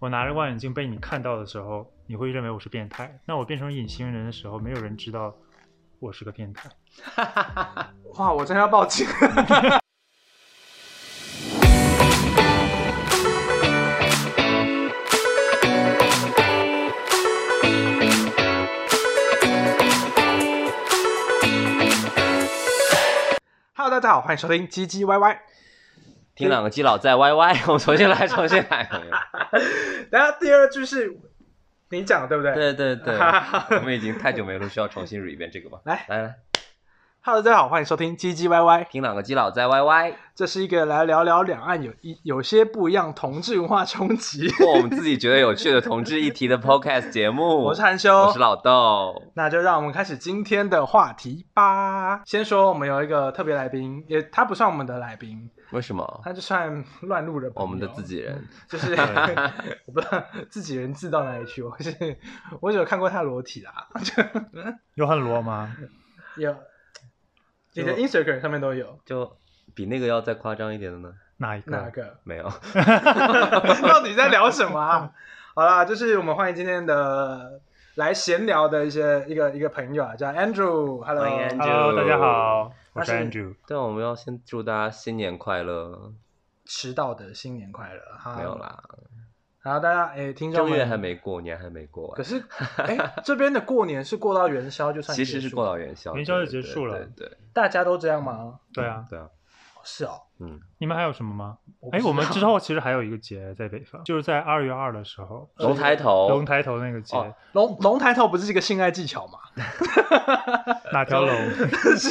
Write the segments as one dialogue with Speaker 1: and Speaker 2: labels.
Speaker 1: 我拿着望远镜被你看到的时候，你会认为我是变态。那我变成隐形人的时候，没有人知道我是个变态。
Speaker 2: 哇，我真要报警！Hello，大家好，欢迎收听唧唧歪歪。
Speaker 3: 听两个基佬在 YY，我们重新来，重新来。
Speaker 2: 然后第二句是你讲的，对不对？
Speaker 3: 对对对，我们已经太久没录，需要重新捋一遍这个吧。
Speaker 2: 来
Speaker 3: 来来，
Speaker 2: Hello，大家好，欢迎收听唧唧歪歪，
Speaker 3: 听两个基佬在 YY，
Speaker 2: 这是一个来聊聊两岸有一有些不一样同志文化冲击。
Speaker 3: 做我们自己觉得有趣的同志议题的 Podcast 节目。
Speaker 2: 我是韩修，
Speaker 3: 我是老豆，
Speaker 2: 那就让我们开始今天的话题吧。先说我们有一个特别来宾，也他不算我们的来宾，
Speaker 3: 为什么
Speaker 2: 他就算乱入的朋友
Speaker 3: 我们的自，己人？
Speaker 2: 就是 我不知道自己人自到哪里去。我是我只有看过他裸体啦，
Speaker 1: 有很裸吗？
Speaker 2: 有你的
Speaker 3: 就
Speaker 2: Instagram 上面都有
Speaker 3: 就比那个要再夸张一点的呢？
Speaker 1: 哪一个？
Speaker 2: 哪个？
Speaker 3: 没有，
Speaker 2: 到底在聊什么啊？ 好啦，就是我们欢迎今天的来闲聊的一些一个一个朋友啊，叫 Andrew，Hello，
Speaker 3: 欢迎 Andrew
Speaker 1: ？Hello，大家好，我
Speaker 2: 他
Speaker 1: 是
Speaker 2: 是
Speaker 1: Andrew。
Speaker 3: 对，我们要先祝大家新年快乐。
Speaker 2: 迟到的新年快乐，哈
Speaker 3: 没有。啦，
Speaker 2: 然后大家诶，听众
Speaker 3: 正月
Speaker 2: 们
Speaker 3: 还没过，年还没过
Speaker 2: 可
Speaker 3: 完，
Speaker 2: 是， 哎，这边的过年是过到元宵就算
Speaker 3: 其实
Speaker 2: 结
Speaker 3: 是
Speaker 2: 束
Speaker 3: 过到元宵，
Speaker 1: 元宵就结
Speaker 3: 对
Speaker 1: 束了
Speaker 3: 对对
Speaker 2: 大家都这样吗？
Speaker 1: 对啊，
Speaker 3: 对啊，
Speaker 2: 是哦，
Speaker 3: 嗯，
Speaker 1: 你们还有什么吗？
Speaker 2: 嗯不
Speaker 1: 哎，
Speaker 2: 知
Speaker 1: 我们
Speaker 2: 道
Speaker 1: 之后其实还有一个节在北方，就是在二月二的时候，
Speaker 3: 龙抬头，
Speaker 1: 龙抬头那个节，
Speaker 3: 哦
Speaker 2: 龙龙抬头不是一个性爱技巧吗？
Speaker 1: 哪条龙？
Speaker 2: 是，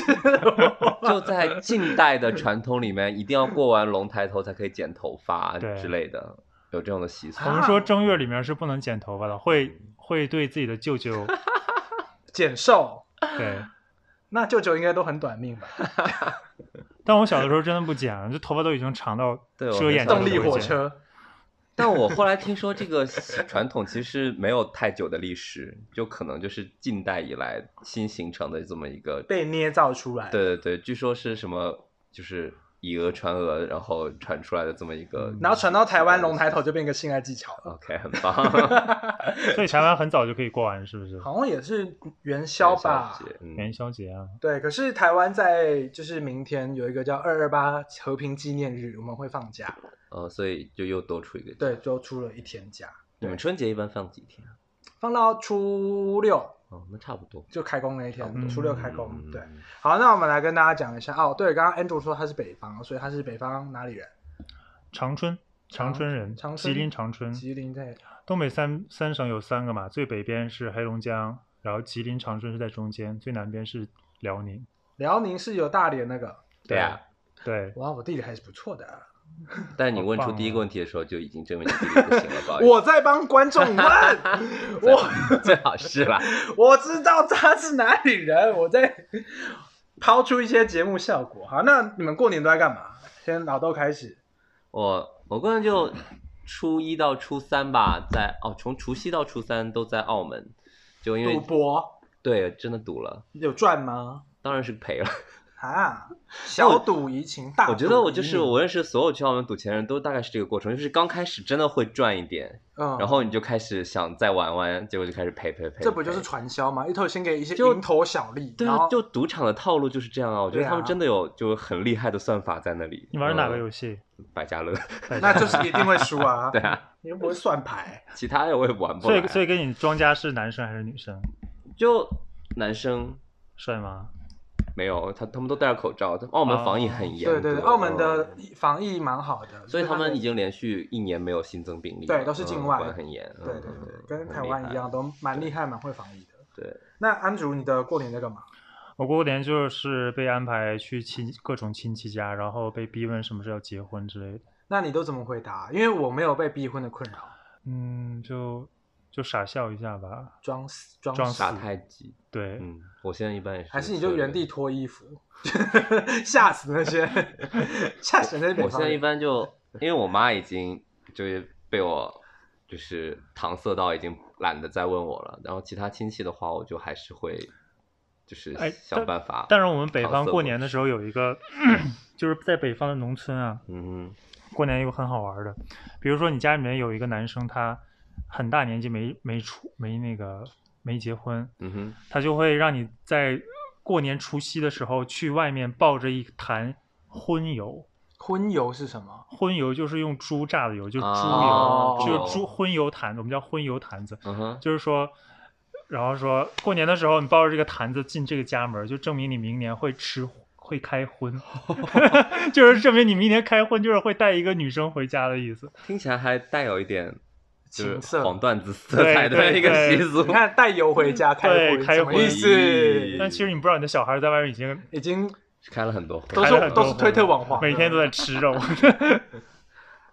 Speaker 3: 就在近代的传统里面，一定要过完龙抬头才可以剪头 发啊
Speaker 1: 对
Speaker 3: 之类的，有这种的习俗
Speaker 2: 啊
Speaker 1: 我。们说正月里面是不能剪头发的，会会对自己的舅舅，
Speaker 2: 减寿，
Speaker 1: 对。
Speaker 2: 那舅舅应该都很短命吧？
Speaker 1: 但我小的时候真的不剪了，这头发都已经长到
Speaker 3: 对我
Speaker 1: 遮
Speaker 3: 很
Speaker 1: 眼睛
Speaker 3: 少
Speaker 1: 都
Speaker 2: 动
Speaker 1: 不会
Speaker 2: 力
Speaker 1: 剪。
Speaker 2: 火车，
Speaker 3: 但我后来听说，这个传统其实没有太久的历史，就可能就是近代以来新形成的这么一个。
Speaker 2: 被捏造出来。，
Speaker 3: 对对对，据说是什么，就是以讹传讹，然后传出来的这么一个。
Speaker 2: 嗯然后传到台湾，龙抬头就变一个性爱技巧了。
Speaker 3: OK，很 棒。
Speaker 1: 所以台湾很早就可以过完，是不
Speaker 3: 嗯
Speaker 1: 是？
Speaker 2: 好像也是元宵吧
Speaker 3: 小？姐嗯
Speaker 1: 元宵节啊，
Speaker 2: 对，可是台湾在就是明天有一个叫二二八和平纪念日，我们会放假，
Speaker 3: 呃，所以就又多出一个。，
Speaker 2: 对，就出了一天假，
Speaker 3: 你们春节一般放几天啊？
Speaker 2: 放到初六，
Speaker 3: 哦，那差不多。
Speaker 2: 就开工那一天，
Speaker 1: 嗯
Speaker 2: 初六开工。
Speaker 3: 嗯
Speaker 2: 对，好，那我们来跟大家讲一下哦。对，刚刚 Andrew 说他是北方，所以他是北方哪里人？
Speaker 1: 长春，长春人，
Speaker 2: 啊长
Speaker 1: 吉
Speaker 2: 春
Speaker 1: 林长
Speaker 3: 嗯
Speaker 1: 春，
Speaker 2: 吉林在
Speaker 1: 东北三三省有三个嘛，最北边是黑龙江，然后吉林长春是在中间，最南边是辽宁。
Speaker 2: 辽宁是有大连那个。
Speaker 3: 对啊，
Speaker 1: 对，
Speaker 2: 哇，我地理还是不错的啊。
Speaker 3: 但你
Speaker 1: 好
Speaker 3: 问出
Speaker 1: 棒
Speaker 3: 第一
Speaker 1: 哦
Speaker 3: 个问题的时候，就已经证明你自己不行了，不好意思。
Speaker 2: 我在帮观众 问，我
Speaker 3: 我 最好是啦，
Speaker 2: 我知道他是哪里人，我在抛出一些节目效果。好，那你们过年都在干嘛？先老豆开始。
Speaker 3: 我我个人就初一到初三吧，在哦，从除夕到初三都在澳门，就因
Speaker 2: 赌
Speaker 3: 为
Speaker 2: 博
Speaker 3: 对真的赌了，
Speaker 2: 有赚吗？
Speaker 3: 当然是赔了。
Speaker 2: 啊，小赌怡情，大
Speaker 3: 我觉得
Speaker 2: 赌
Speaker 3: 我
Speaker 2: 怡
Speaker 3: 就是
Speaker 2: 民，
Speaker 3: 我认识所有去澳门赌钱的人都大概是这个过程，就是刚开始真的会赚一点，
Speaker 2: 嗯，
Speaker 3: 然后你就开始想再玩玩，结果就开始赔赔赔。
Speaker 2: 这不就是
Speaker 3: 赔
Speaker 2: 传销吗？一头先给一些
Speaker 3: 就
Speaker 2: 蝇头小利，
Speaker 3: 对
Speaker 2: 然
Speaker 3: 啊
Speaker 2: 后，
Speaker 3: 就赌场的套路就是这样啊，我觉
Speaker 2: 对
Speaker 3: 得
Speaker 2: 啊
Speaker 3: 他们真的有就很厉害的算法在那里。
Speaker 1: 你玩哪个
Speaker 3: 嗯
Speaker 1: 游戏？
Speaker 3: 百家乐，。
Speaker 1: 百
Speaker 2: 那
Speaker 1: 家
Speaker 2: 就是一定会输啊
Speaker 3: 对啊，
Speaker 2: 你又不会算牌，
Speaker 3: 其他的我也玩不
Speaker 1: 所
Speaker 3: 来。
Speaker 1: 以所以跟你庄家是男生还是女生？
Speaker 3: 就男生
Speaker 1: 帅吗？
Speaker 3: 没有，他他们都戴着口罩，他澳门防疫很严、
Speaker 2: 哦对
Speaker 3: 格，
Speaker 2: 对对，澳门的
Speaker 3: 嗯，
Speaker 2: 防疫蛮好的，
Speaker 3: 所以他们已
Speaker 2: 经
Speaker 3: 经连续一年没有新增病例了，
Speaker 2: 对都是境外
Speaker 3: 嗯管很严，
Speaker 2: 对对
Speaker 3: 嗯
Speaker 2: 对，跟台湾一，样，都蛮厉害，蛮会防疫的。
Speaker 3: 很厉害对，
Speaker 2: 那安竹，你的过年在干嘛？
Speaker 1: 我过年就是被安排去亲各种亲戚家，然后被逼问什么时候结婚之类的。
Speaker 2: 那你都怎么回答？因为我没有被逼婚的困扰，
Speaker 1: 嗯，就就傻笑一下吧。
Speaker 2: 装死装
Speaker 1: 装
Speaker 2: 死
Speaker 1: 傻
Speaker 3: 打太极，
Speaker 1: 对，
Speaker 3: 嗯，我现在一般也是，
Speaker 2: 还是你就原地。脱衣服， 吓死那 些，吓死那些北
Speaker 3: 我现
Speaker 2: 方
Speaker 3: 在一
Speaker 2: 人。
Speaker 3: 般就，因为我妈已经就是被我就是搪塞到已经懒得再问我了，然后其他亲戚的话，我就还是会就是
Speaker 1: 哎
Speaker 3: 想办法，
Speaker 1: 但是我们北
Speaker 3: 搪塞
Speaker 1: 方
Speaker 3: 过
Speaker 1: 过
Speaker 3: 去
Speaker 1: 年的时候有一个，就是在北方的农村啊，
Speaker 3: 嗯哼。
Speaker 1: 过年有很好玩的，比如说你家里面有一个男生，他很大年纪没没出没那个没结婚，
Speaker 3: 嗯哼，
Speaker 1: 他就会让你在过年除夕的时候去外面抱着一坛荤油。
Speaker 2: 荤油是什么？
Speaker 1: 荤油就是用猪榨的油，就是猪油，
Speaker 3: 哦
Speaker 1: 就是猪荤油坛子，我们叫荤油坛子，
Speaker 3: 嗯哼，
Speaker 1: 就是说，然后说过年的时候你抱着这个坛子进这个家门，就证明你明年会吃会开荤， 就是证明你明年开荤就是会带一个女生回家的意思。
Speaker 3: 听起来还带有一点就
Speaker 2: 情
Speaker 3: 是
Speaker 2: 色
Speaker 3: 黄段子色彩的
Speaker 1: 对
Speaker 3: 一个
Speaker 1: 对
Speaker 3: 习俗
Speaker 2: 你。看带油回家开
Speaker 1: 对
Speaker 2: 荤，
Speaker 1: 开
Speaker 2: 什么
Speaker 1: 荤
Speaker 2: 意
Speaker 3: 咦
Speaker 2: 思？
Speaker 1: 但其实你不知道你的小孩在外面已经
Speaker 2: 已经
Speaker 3: 开了很多会，
Speaker 2: 都
Speaker 1: 开了
Speaker 2: 是
Speaker 1: 很
Speaker 2: 都
Speaker 1: 多
Speaker 2: 是
Speaker 1: 荤
Speaker 2: 推特
Speaker 1: 了
Speaker 2: 网红，
Speaker 1: 每天都在吃 肉。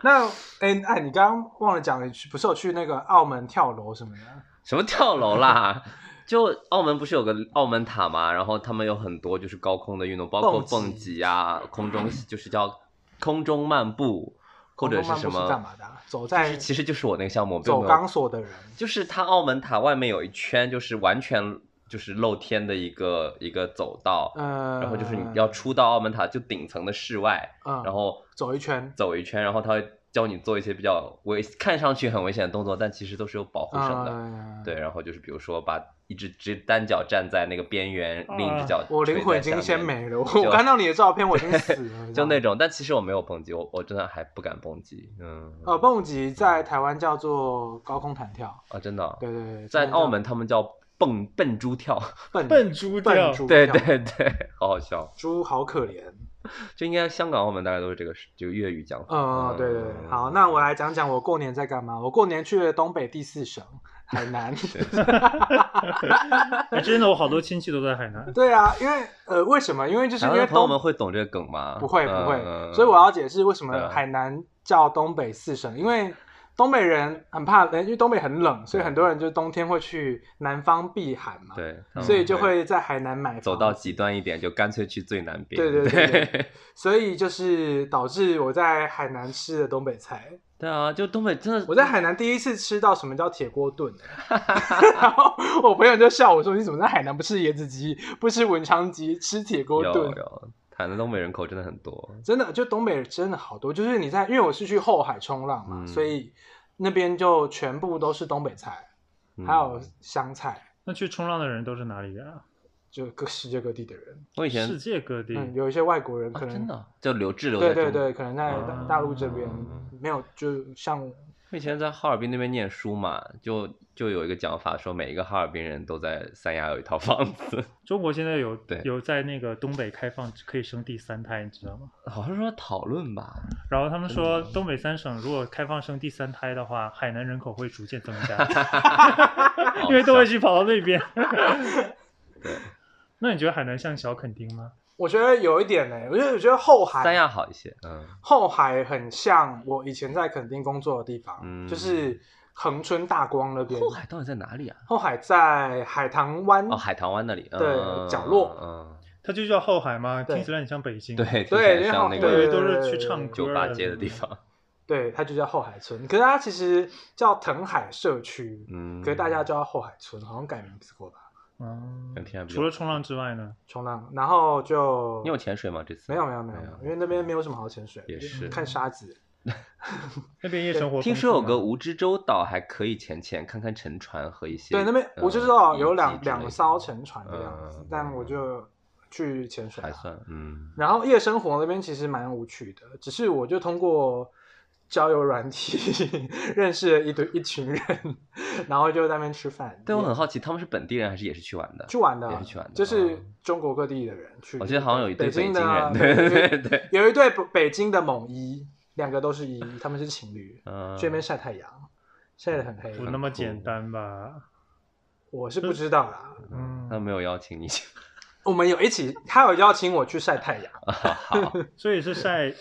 Speaker 2: 那哎哎，你刚刚忘了讲，你去不是有去那个澳门跳楼什么的？
Speaker 3: 什么跳楼啦？ 就澳门不是有个澳门塔嘛，然后他们有很多就是高空的运动，包括
Speaker 2: 蹦
Speaker 3: 蹦
Speaker 2: 极
Speaker 3: 极啊，空中就是叫空中漫步，或者
Speaker 2: 是
Speaker 3: 什
Speaker 2: 干
Speaker 3: 么，
Speaker 2: 嘛的啊？走
Speaker 3: 就是
Speaker 2: 在
Speaker 3: 其实就是我那个项目，我并
Speaker 2: 走
Speaker 3: 没有
Speaker 2: 钢索的人，
Speaker 3: 就是它澳门塔外面有一圈，就是完全就是露天的一个一个走道，
Speaker 2: 呃，
Speaker 3: 然后就是你要出到澳门塔就顶层的室外，
Speaker 2: 嗯，
Speaker 3: 然后
Speaker 2: 走一圈
Speaker 3: 走一圈，然后它会教你做一些比较危看上去很危险的动作，但其实都是有保护绳的。
Speaker 2: 嗯
Speaker 3: 对，然后就是比如说把一只只单脚站在那个边缘，另一只脚
Speaker 2: 哦我灵魂已
Speaker 3: 垂在
Speaker 2: 经
Speaker 3: 下
Speaker 2: 先
Speaker 3: 面
Speaker 2: 没了，
Speaker 3: 就
Speaker 2: 我看到你的照片，我已经 死了。
Speaker 3: 就
Speaker 2: 你
Speaker 3: 那
Speaker 2: 知道吗
Speaker 3: 种，但其实我没有蹦极，我我真的还不敢蹦极，嗯，
Speaker 2: 呃，蹦极在台湾叫做高空弹跳，
Speaker 3: 啊，真的啊，
Speaker 2: 对对对，这
Speaker 3: 在
Speaker 2: 边叫
Speaker 3: 澳门他们叫蹦笨猪跳，
Speaker 2: 笨
Speaker 1: 笨猪
Speaker 2: 笨
Speaker 1: 跳，
Speaker 2: 猪
Speaker 3: 对
Speaker 2: 跳
Speaker 3: 对对， 好好笑，
Speaker 2: 猪好可怜。
Speaker 3: 就应该香港、澳门大概都是这个这个粤语讲法，
Speaker 2: 嗯，对对对，好，那我来讲讲我过年在干嘛。我过年去了东北第四省海 南。
Speaker 1: 哎，真的，我好多亲戚都在海南。
Speaker 2: 对啊，因为呃，为什么？因为就是
Speaker 3: 台
Speaker 2: 因
Speaker 3: 湾
Speaker 2: 为
Speaker 3: 的朋友
Speaker 2: 东
Speaker 3: 们会懂这个梗吗？
Speaker 2: 不会
Speaker 3: 嗯
Speaker 2: 不会，
Speaker 3: 嗯
Speaker 2: 所以我要解释为什么
Speaker 3: 对啊
Speaker 2: 海南叫东北四省，因为东北人很怕冷，因为东北很冷，所以
Speaker 3: 对
Speaker 2: 很多人就冬天会去南方避寒嘛，
Speaker 3: 对，他们
Speaker 2: 所以就会在海南买房
Speaker 3: 走到极端一点，就干脆去最南边，
Speaker 2: 哦对对 对对
Speaker 3: 对
Speaker 2: 所以就是导致我在海南吃的东北菜，
Speaker 3: 对啊，就东北真的，
Speaker 2: 我在海南第一次吃到什么叫铁锅炖， 然后我朋友就笑我说你怎么在海南不吃椰子鸡，不吃文昌鸡，吃铁锅
Speaker 3: 有
Speaker 2: 炖？
Speaker 3: 有，海南东北人口真的很多，
Speaker 2: 真的，就东北真的好多，就是你在，因为我是去后海冲浪嘛，
Speaker 3: 嗯
Speaker 2: 所以那边就全部都是东北菜，
Speaker 3: 嗯
Speaker 2: 还有湘菜，
Speaker 1: 那去冲浪的人都是哪里人啊？
Speaker 2: 就各世界各地的人，
Speaker 3: 我以前
Speaker 1: 世界各地。
Speaker 2: 嗯，有一些外国人
Speaker 3: 啊
Speaker 2: 可能，
Speaker 3: 真的就留滞留在
Speaker 2: 对对
Speaker 3: 中国
Speaker 2: 对，可能在大,、
Speaker 3: 哦
Speaker 1: 啊
Speaker 2: 大陆这边
Speaker 3: 嗯
Speaker 2: 没有，就像
Speaker 3: 我以前在哈尔滨那边念书嘛，就就有一个讲法说，每一个哈尔滨人都在三亚有一套房子，
Speaker 1: 中国现在有
Speaker 3: 对
Speaker 1: 有在那个东北开放可以生第三胎，你知道吗？
Speaker 3: 好像说讨论吧，
Speaker 1: 然后他们说，东北三省如果开放生第三胎的话，海南人口会逐渐增加， 因为都会去跑到那边。
Speaker 3: 对，
Speaker 1: 那你觉得海南像小垦丁吗？
Speaker 2: 我觉得有一点呢、我就觉得后
Speaker 3: 三
Speaker 2: 海
Speaker 3: 亚好一些，嗯
Speaker 2: 后海很像我以前在垦丁工作的地方，
Speaker 3: 嗯
Speaker 2: 就是恒春大光那边，
Speaker 3: 后海到底在哪里啊？
Speaker 2: 后海在海棠湾
Speaker 3: 哦，海棠湾那里，嗯
Speaker 2: 对角落
Speaker 3: 嗯，
Speaker 1: 它就叫后海吗？
Speaker 2: 对
Speaker 1: 听起来很像北京。
Speaker 3: 对，听起
Speaker 2: 对
Speaker 3: 来
Speaker 2: 因为
Speaker 3: 像那
Speaker 1: 对，
Speaker 2: 对
Speaker 3: 个
Speaker 1: 都是去唱歌
Speaker 3: 酒吧街的地。方，
Speaker 2: 对，它就叫后海村，可是它其实叫腾海社区，
Speaker 3: 嗯，
Speaker 2: 可是大家叫它后海村，好像改名字过吧？
Speaker 1: 嗯
Speaker 3: 跟，天然比较
Speaker 1: 除了冲浪之外呢？
Speaker 2: 冲浪，然后就
Speaker 3: 你有潜水吗？这次
Speaker 2: 没有没有没有
Speaker 3: 没有，
Speaker 2: 因为那边没有什么好潜水，
Speaker 3: 也是
Speaker 2: 看沙子。
Speaker 1: 那边夜生活丰富
Speaker 3: 听说有
Speaker 1: 吗
Speaker 3: 个蜈支洲岛还可以潜潜，看看沉船和一些
Speaker 2: 对，那边
Speaker 3: 嗯
Speaker 2: 我就知道有
Speaker 3: 遗迹
Speaker 2: 两
Speaker 3: 之类
Speaker 2: 两
Speaker 3: 的
Speaker 2: 艘沉船的样子
Speaker 3: 嗯，
Speaker 2: 但我就去潜水
Speaker 3: 还
Speaker 2: 了。
Speaker 3: 算嗯，
Speaker 2: 然后夜生活那边其实蛮无趣的，只是我就通过交友软体 认识了一堆一群人，然后就在那边吃饭。
Speaker 3: 对我很
Speaker 2: 也
Speaker 3: 好奇，他们是本地人还是也是去玩的？
Speaker 2: 去玩的啊，
Speaker 3: 也是去玩的
Speaker 2: 就是
Speaker 3: 嗯
Speaker 2: 中国各地的人去。
Speaker 3: 我记得好像有一对
Speaker 2: 北
Speaker 3: 北
Speaker 2: 京
Speaker 3: 京
Speaker 2: 的啊
Speaker 3: 人，对对
Speaker 2: 北
Speaker 3: 对对，
Speaker 2: 有一对北北京的猛一，两个都是一，他们是情侣，
Speaker 3: 嗯，
Speaker 2: 去那边晒太阳，晒得很黑。
Speaker 1: 不那么简单吧？
Speaker 2: 我是不知道啦，
Speaker 1: 嗯
Speaker 3: 他没有邀请你去，
Speaker 2: 我们有一起，他有邀请我去晒太阳，
Speaker 3: 好，
Speaker 1: 所以是晒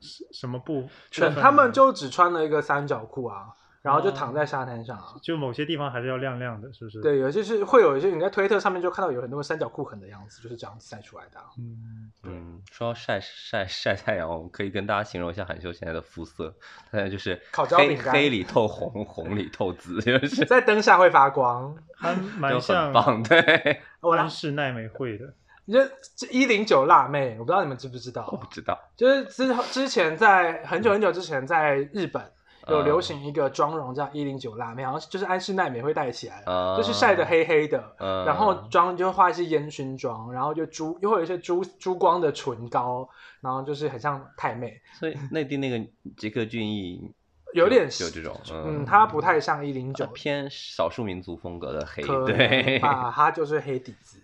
Speaker 1: 什什么布？
Speaker 2: 全他们就只穿了一个三角裤啊，然后就
Speaker 3: 哦
Speaker 2: 躺在沙滩上啊。
Speaker 1: 就某些地方还是要亮亮的，是不是？，
Speaker 2: 对，有些是会有一些你在推特上面就看到有很多三角裤痕的样子，就是这样子晒出来的啊、
Speaker 1: 嗯，
Speaker 3: 嗯，说到晒晒晒太阳，我们可以跟大家形容一下韩秀现在的肤色，他现在就是
Speaker 2: 烤焦
Speaker 3: 黑
Speaker 2: 饼干
Speaker 3: 黑里透红，红里透紫，就是
Speaker 2: 在灯下会发光。
Speaker 1: 还
Speaker 3: 就
Speaker 1: 蛮
Speaker 3: 很
Speaker 1: 像
Speaker 3: 棒，对，
Speaker 2: 我来
Speaker 1: 安室奈美惠的。
Speaker 2: 你这这一零九辣妹，我不知道你们知不知
Speaker 3: 我
Speaker 2: 道啊
Speaker 3: 不，知道，
Speaker 2: 就是之后之前在很久很久之前在日本
Speaker 3: 嗯
Speaker 2: 有流行一个妆容叫一零九辣妹，好像是就是安室奈美会带起来的，
Speaker 3: 呃，
Speaker 2: 就是晒得黑黑的，
Speaker 3: 呃，
Speaker 2: 然后妆就会画一些烟熏妆，然后就珠又会有一些珠珠光的唇膏，然后就是很像太妹，
Speaker 3: 所以内地那个吉克隽逸
Speaker 2: 有点
Speaker 3: 有这种，
Speaker 2: 嗯，她不太像一零
Speaker 3: 呃
Speaker 2: 九，
Speaker 3: 偏少数民族风格的黑，
Speaker 2: 可
Speaker 3: 对
Speaker 2: 能，吧，她啊就是黑底子。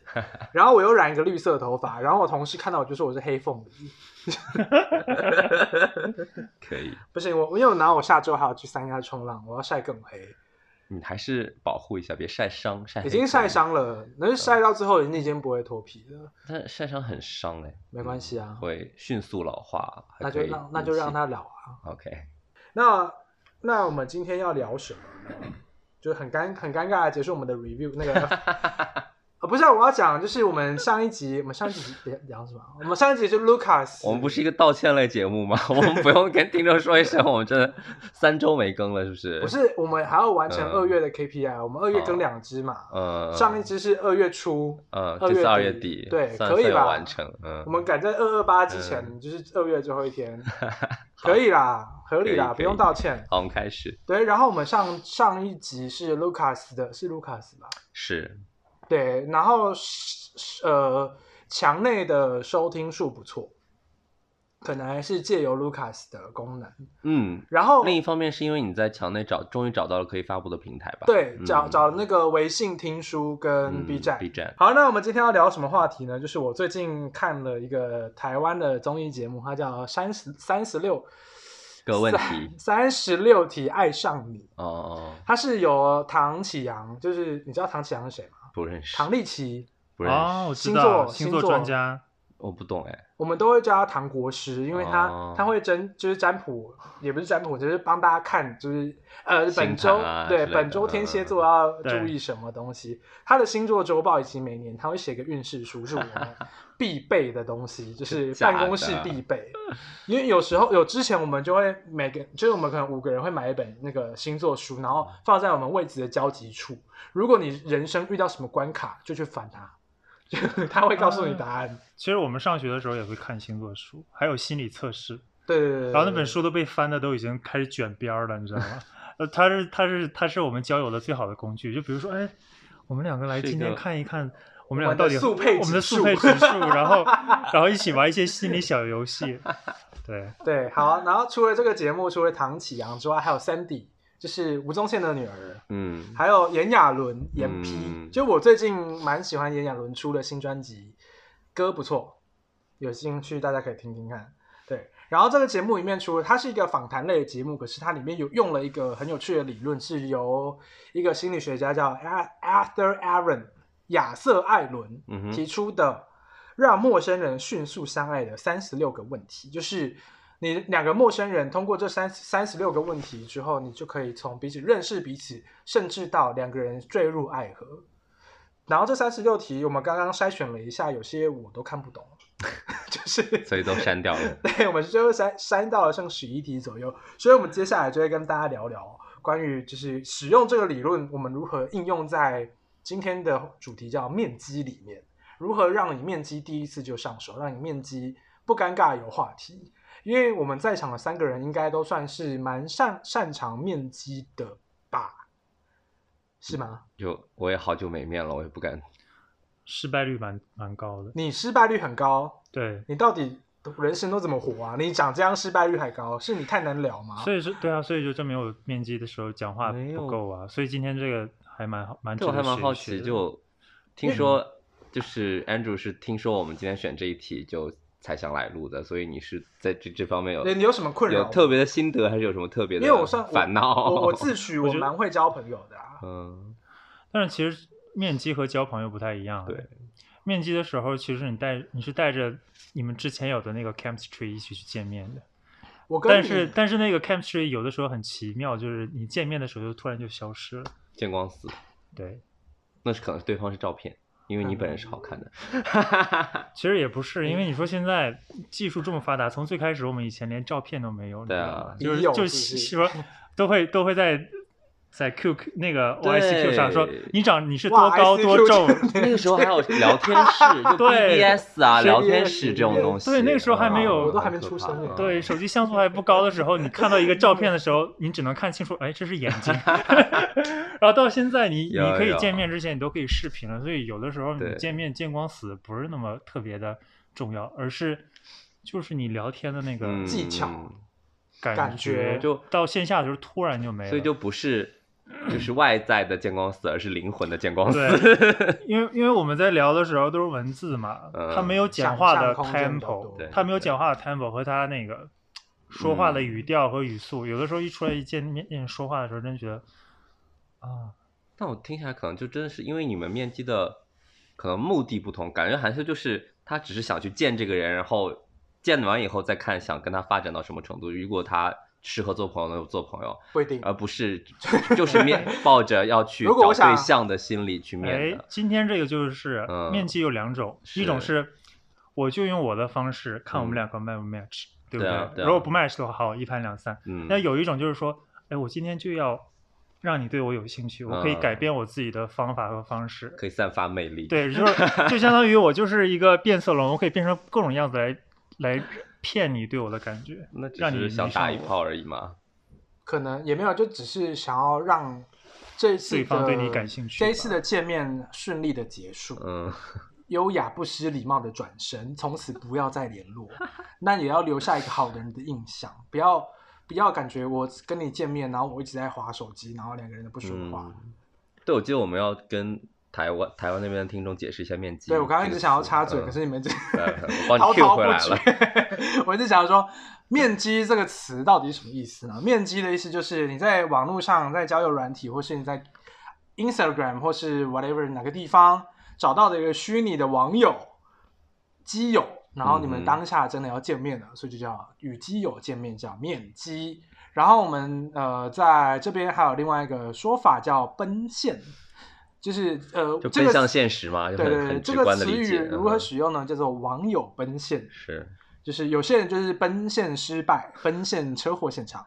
Speaker 2: 然后我又染一个绿色头发，然后我同事看到我就说我是黑凤梨，
Speaker 3: 可以，
Speaker 2: 不行，我因为我拿我下周还要去三亚冲浪，我要晒更黑，
Speaker 3: 你还是保护一下，别晒伤，晒
Speaker 2: 已
Speaker 3: 黑
Speaker 2: 经
Speaker 3: 可
Speaker 2: 晒
Speaker 3: 以，
Speaker 2: 伤了，能晒到之后你已经不会脱皮了，
Speaker 3: 但晒伤很伤哎，
Speaker 2: 没关系啊
Speaker 3: 嗯会迅速老化，还
Speaker 2: 那就
Speaker 3: 可以
Speaker 2: 让那就让
Speaker 3: 引起
Speaker 2: 它老啊。
Speaker 3: OK，
Speaker 2: 那那我们今天要聊什么呢？就很尴很尴尬的结束我们的 review 那 个。呃不是、啊，我要讲，就是我们上一集，我们上一集聊聊什么？我们上一集是 Lucas，
Speaker 3: 我们不是一个道歉类节目吗？ 我们不用跟听众说一声，我们真的三周没更了，是不是？
Speaker 2: 不，是，我们还要完成
Speaker 3: 嗯
Speaker 2: 二月的 KPI，、我们二月更两支嘛。
Speaker 3: 呃，
Speaker 2: 上一，支是二月初，
Speaker 3: 呃，
Speaker 2: 二
Speaker 3: 这次
Speaker 2: 月
Speaker 3: 二月
Speaker 2: 底
Speaker 3: 底，
Speaker 2: 对
Speaker 3: 算
Speaker 2: 可以
Speaker 3: 算有
Speaker 2: 吧
Speaker 3: 完成，嗯，
Speaker 2: 我们赶在二二八之前，就是二月最后一 天，可以啦，合理
Speaker 3: 可
Speaker 2: 啦，
Speaker 3: 以
Speaker 2: 不用道歉。
Speaker 3: 好，我们开始，
Speaker 2: 对，然后我们上上一集是 Lucas 的，是 Lucas 吧？
Speaker 3: 是，
Speaker 2: 对，然后是呃，墙内的收听数不错，可能还是借由 Lucas 的功能。
Speaker 3: 嗯，
Speaker 2: 然后
Speaker 3: 另一方面是因为你在墙内找，终于找到了可以发布的平台吧？
Speaker 2: 对
Speaker 3: 嗯
Speaker 2: 找找那个微信听书跟
Speaker 3: 嗯
Speaker 2: B 站。
Speaker 3: B 站，
Speaker 2: 好，那我们今天要聊什么话题呢？就是我最近看了一个台湾的综艺节目，它叫《三十三十六
Speaker 3: 个问
Speaker 2: 啊
Speaker 3: 题，
Speaker 2: 三十六题爱上你》，
Speaker 3: 哦哦，
Speaker 2: 它是由唐启阳，就是你知道唐启阳是谁吗？
Speaker 3: 哦不认识，
Speaker 2: 唐立奇，
Speaker 3: 不认
Speaker 1: 啊，我
Speaker 3: 识，
Speaker 1: 知
Speaker 2: 星
Speaker 1: 道，
Speaker 2: 座
Speaker 1: 星
Speaker 2: 星
Speaker 1: 座
Speaker 2: 座
Speaker 1: 专家，
Speaker 3: 我不懂哎，
Speaker 2: 我们都会叫他唐国师，因为他、
Speaker 3: 哦
Speaker 2: 他会占就是占卜，也不是占卜，就是帮大家看，就是呃本周、
Speaker 3: 盘啊之
Speaker 2: 对
Speaker 3: 类的
Speaker 2: 本周天蝎座要注意什么东西。他的星座周报以及每年他会写个运势书，是 我们必备的东西，就是
Speaker 3: 假的
Speaker 2: 办公室必备。因为有时候有之前我们就会每个就是我们可能五个人会买一本那个星座书，然后放在我们位置的交集处。如果你人生遇到什么关卡，就去翻它，就 他会告诉你答案。
Speaker 1: 其实我们上学的时候也会看星座书，还有心理测试，
Speaker 2: 对对对对，
Speaker 1: 然后那本
Speaker 2: 对
Speaker 1: 书都被翻的都已经开始卷边儿了，你知道吗？ 呃，它是它是它是我们交友的最好的工具。就比如说，哎，我们两个来
Speaker 3: 是一
Speaker 1: 今天
Speaker 3: 个
Speaker 1: 看一看，我们俩
Speaker 2: 我们
Speaker 1: 到
Speaker 2: 的
Speaker 1: 底
Speaker 2: 速配
Speaker 1: 我们的
Speaker 2: 指
Speaker 1: 速配
Speaker 2: 数
Speaker 1: 指数，然后然后一起玩一些心理小游戏。 对，
Speaker 2: 对，好，然后除了这个节目，除了唐启阳之外，还有 Sandy，就是吴宗宪的女儿，
Speaker 3: 嗯，
Speaker 2: 还有炎亚纶，炎
Speaker 3: 嗯
Speaker 2: P、就我最近蛮喜欢炎亚纶出的新专辑，歌不错，有兴趣大家可以听听看。对，然后这个节目里面，除了它是一个访谈类的节目，可是它里面有用了一个很有趣的理论，是由一个心理学家叫 A- Arthur Aaron 亚瑟艾伦
Speaker 3: 嗯哼
Speaker 2: 提出的让陌生人迅速相爱的三十六个问题，就是你两个陌生人通过这三三十六个问题之后，你就可以从彼此认识彼此，甚至到两个人坠入爱河。然后这三十六题，我们刚刚筛选了一下，有些我都看不懂， 就是，
Speaker 3: 所以都删掉了
Speaker 2: 对，我们最后删删到了剩十一题左右，所以我们接下来就会跟大家聊聊关于就是使用这个理论，我们如何应用在今天的主题叫面基里面，如何让你面基第一次就上手，让你面基不尴尬有话题。因为我们在场的三个人应该都算是蛮擅擅长面基的吧？是吗？
Speaker 3: 就我也好久没面了，我也不敢，
Speaker 1: 失败率蛮蛮高的。
Speaker 2: 你失败率很高，
Speaker 1: 对，
Speaker 2: 你到底人生都怎么活啊？你长这样失败率还高，是你太难聊吗？
Speaker 1: 所以说对啊，所以就证明我面基的时候讲话
Speaker 3: 没
Speaker 1: 不
Speaker 3: 有
Speaker 1: 够啊。所以今天这个还蛮好，蛮值
Speaker 3: 这我
Speaker 1: 得
Speaker 3: 还蛮
Speaker 1: 学一
Speaker 3: 好
Speaker 1: 学
Speaker 3: 奇，
Speaker 1: 的
Speaker 3: 就听说就是 Andrew 是听说我们今天选这一题就才想来录的，所以你是在这这方面有
Speaker 2: 你你有什么困扰
Speaker 3: 有
Speaker 2: 吗？
Speaker 3: 特别的心得，还是有什么特别的
Speaker 2: 因为我算我
Speaker 3: 烦恼？。
Speaker 2: 我我自诩我
Speaker 1: 觉得
Speaker 2: 蛮会交朋友的啊
Speaker 3: 嗯，
Speaker 1: 但是其实面基和交朋友不太一样。啊
Speaker 3: 对，
Speaker 1: 面基的时候，其实你带你是带着你们之前有的那个 chemistry 一起去见面的，
Speaker 2: 我跟
Speaker 1: 但
Speaker 2: 你
Speaker 1: 是但是那个 chemistry 有的时候很奇妙，就是你见面的时候就突然就消失了。
Speaker 3: 见光死，
Speaker 1: 对，
Speaker 3: 那是可能对方是照片，因为你本人是好看的。
Speaker 1: 其实也不是，因为你说现在技术这么发达，从最开始我们以前连照片都没有，你
Speaker 3: 对
Speaker 1: 知
Speaker 3: 啊
Speaker 1: 道吧
Speaker 2: 你
Speaker 1: 就是
Speaker 2: 有
Speaker 1: 就是
Speaker 2: 不是
Speaker 1: 是说都会都会在在 Q 那个 YCQ 上说
Speaker 3: 对
Speaker 1: 你长你是多
Speaker 2: 哇
Speaker 1: 高多
Speaker 2: ICQ
Speaker 1: 重，
Speaker 2: 这
Speaker 3: 那个时候还有 聊天室，就
Speaker 1: 对
Speaker 3: BBS 啊，
Speaker 2: 是
Speaker 3: 聊天室这种东西。
Speaker 1: 对那个时候还没有
Speaker 3: 啊
Speaker 1: 我
Speaker 2: 都还没出生呢
Speaker 1: 对，手机像素还不高的时候，你看到一个照片的时候，你只能看清楚，哎，这是眼 睛。然后到现在你，你
Speaker 3: 有
Speaker 1: 可以
Speaker 3: 有
Speaker 1: 见面之前，你都可以视频了，所以有的时候你
Speaker 3: 对
Speaker 1: 见面见光死不是那么特别的重要，而是就是你聊天的那个
Speaker 3: 嗯
Speaker 2: 技巧
Speaker 1: 感
Speaker 2: 感
Speaker 1: 觉，
Speaker 2: 觉
Speaker 3: 就
Speaker 1: 到线下的时候突然就没了。
Speaker 3: 所以就不是就是外在的见光死，而是灵魂的见光死。
Speaker 1: 对，因为因为我们在聊的时候都是文字嘛，
Speaker 3: 嗯
Speaker 1: 它没有简
Speaker 2: 想
Speaker 1: 化
Speaker 2: 象
Speaker 1: 的
Speaker 2: 空间比较多
Speaker 1: tempo，
Speaker 3: 对
Speaker 1: 它没有
Speaker 3: 对嗯
Speaker 1: 简化的 tempo 和它那个说话的语调和语速，有的时候一出来一见面说话的时候，真觉得啊，
Speaker 3: 但我听起来可能就真的是因为你们面基的可能目的不同，感觉韩秀就是他只是想去见这个人，然后见完以后再看想跟他发展到什么程度。如果他适合做朋友，那就做朋友，
Speaker 2: 不一定。
Speaker 3: 而不是就是面 抱着要去
Speaker 2: 如果
Speaker 3: 找
Speaker 2: 我想
Speaker 3: 对象的心理去面
Speaker 1: 哎
Speaker 3: 的，。
Speaker 1: 今天这个就是
Speaker 3: 嗯
Speaker 1: 面积有两种，一种
Speaker 3: 是
Speaker 1: 是我就用我的方式看我们
Speaker 3: 嗯
Speaker 1: 两个 match 不 match，、对不
Speaker 3: 对啊对啊
Speaker 1: 如果不 match 的话，好一盘两散。
Speaker 3: 嗯，
Speaker 1: 那有一种就是说，哎，我今天就要让你对我有兴趣，我可以改
Speaker 3: 嗯
Speaker 1: 变我自己的方法和方式。
Speaker 3: 可以散发魅力。，
Speaker 1: 对，就是就相当于我就是一个变色龙，我可以变成各种样子来来骗你对我的感觉。
Speaker 3: 那只
Speaker 1: 让你
Speaker 3: 是想
Speaker 1: 迷上
Speaker 3: 打一
Speaker 1: 我
Speaker 3: 炮而已嘛。
Speaker 2: 可能也没有，就只是想要让这一次
Speaker 1: 对方
Speaker 2: 的
Speaker 1: 对你感兴趣
Speaker 2: 这一次
Speaker 1: 吧
Speaker 2: 的见面顺利的结束，
Speaker 3: 嗯，
Speaker 2: 优雅不失礼貌的转身，从此不要再联 络，那也要留下一个好人的印象，不要不要感觉我跟你见面，然后我一直在划手机，然后两个人都不说话。
Speaker 3: 嗯。对，我记得我们要跟台湾台湾那边的听众解释一下面基这
Speaker 2: 对
Speaker 3: 个词。
Speaker 2: 我刚刚一直想要插嘴，
Speaker 3: 嗯
Speaker 2: 可是你们这
Speaker 3: 对 我帮你
Speaker 2: 滔
Speaker 3: Q
Speaker 2: 滔
Speaker 3: 回
Speaker 2: 不
Speaker 3: 来了。
Speaker 2: 绝。我一直想说，面基这个词到底是什么意思呢？面基的意思就是你在网络上，在交友软体，或是你在 Instagram 或是 whatever 哪个地方找到的一个虚拟的网友、基友，然后你
Speaker 3: 嗯
Speaker 2: 们
Speaker 3: 哼
Speaker 2: 当下真的要见面了，所以就叫与基友见面，叫面基。然后我们呃在这边还有另外一个说法叫奔现，就是呃
Speaker 3: 就
Speaker 2: 这
Speaker 3: 奔
Speaker 2: 个
Speaker 3: 向
Speaker 2: 词
Speaker 3: 现实嘛，就
Speaker 2: 对
Speaker 3: 很
Speaker 2: 对对，
Speaker 3: 很
Speaker 2: 这
Speaker 3: 直
Speaker 2: 个
Speaker 3: 观的
Speaker 2: 词
Speaker 3: 理
Speaker 2: 语
Speaker 3: 解。
Speaker 2: 如何
Speaker 3: 嗯
Speaker 2: 使用呢？叫做网友奔现，
Speaker 3: 是，
Speaker 2: 就是有些人就是奔现失败，奔现车祸现场，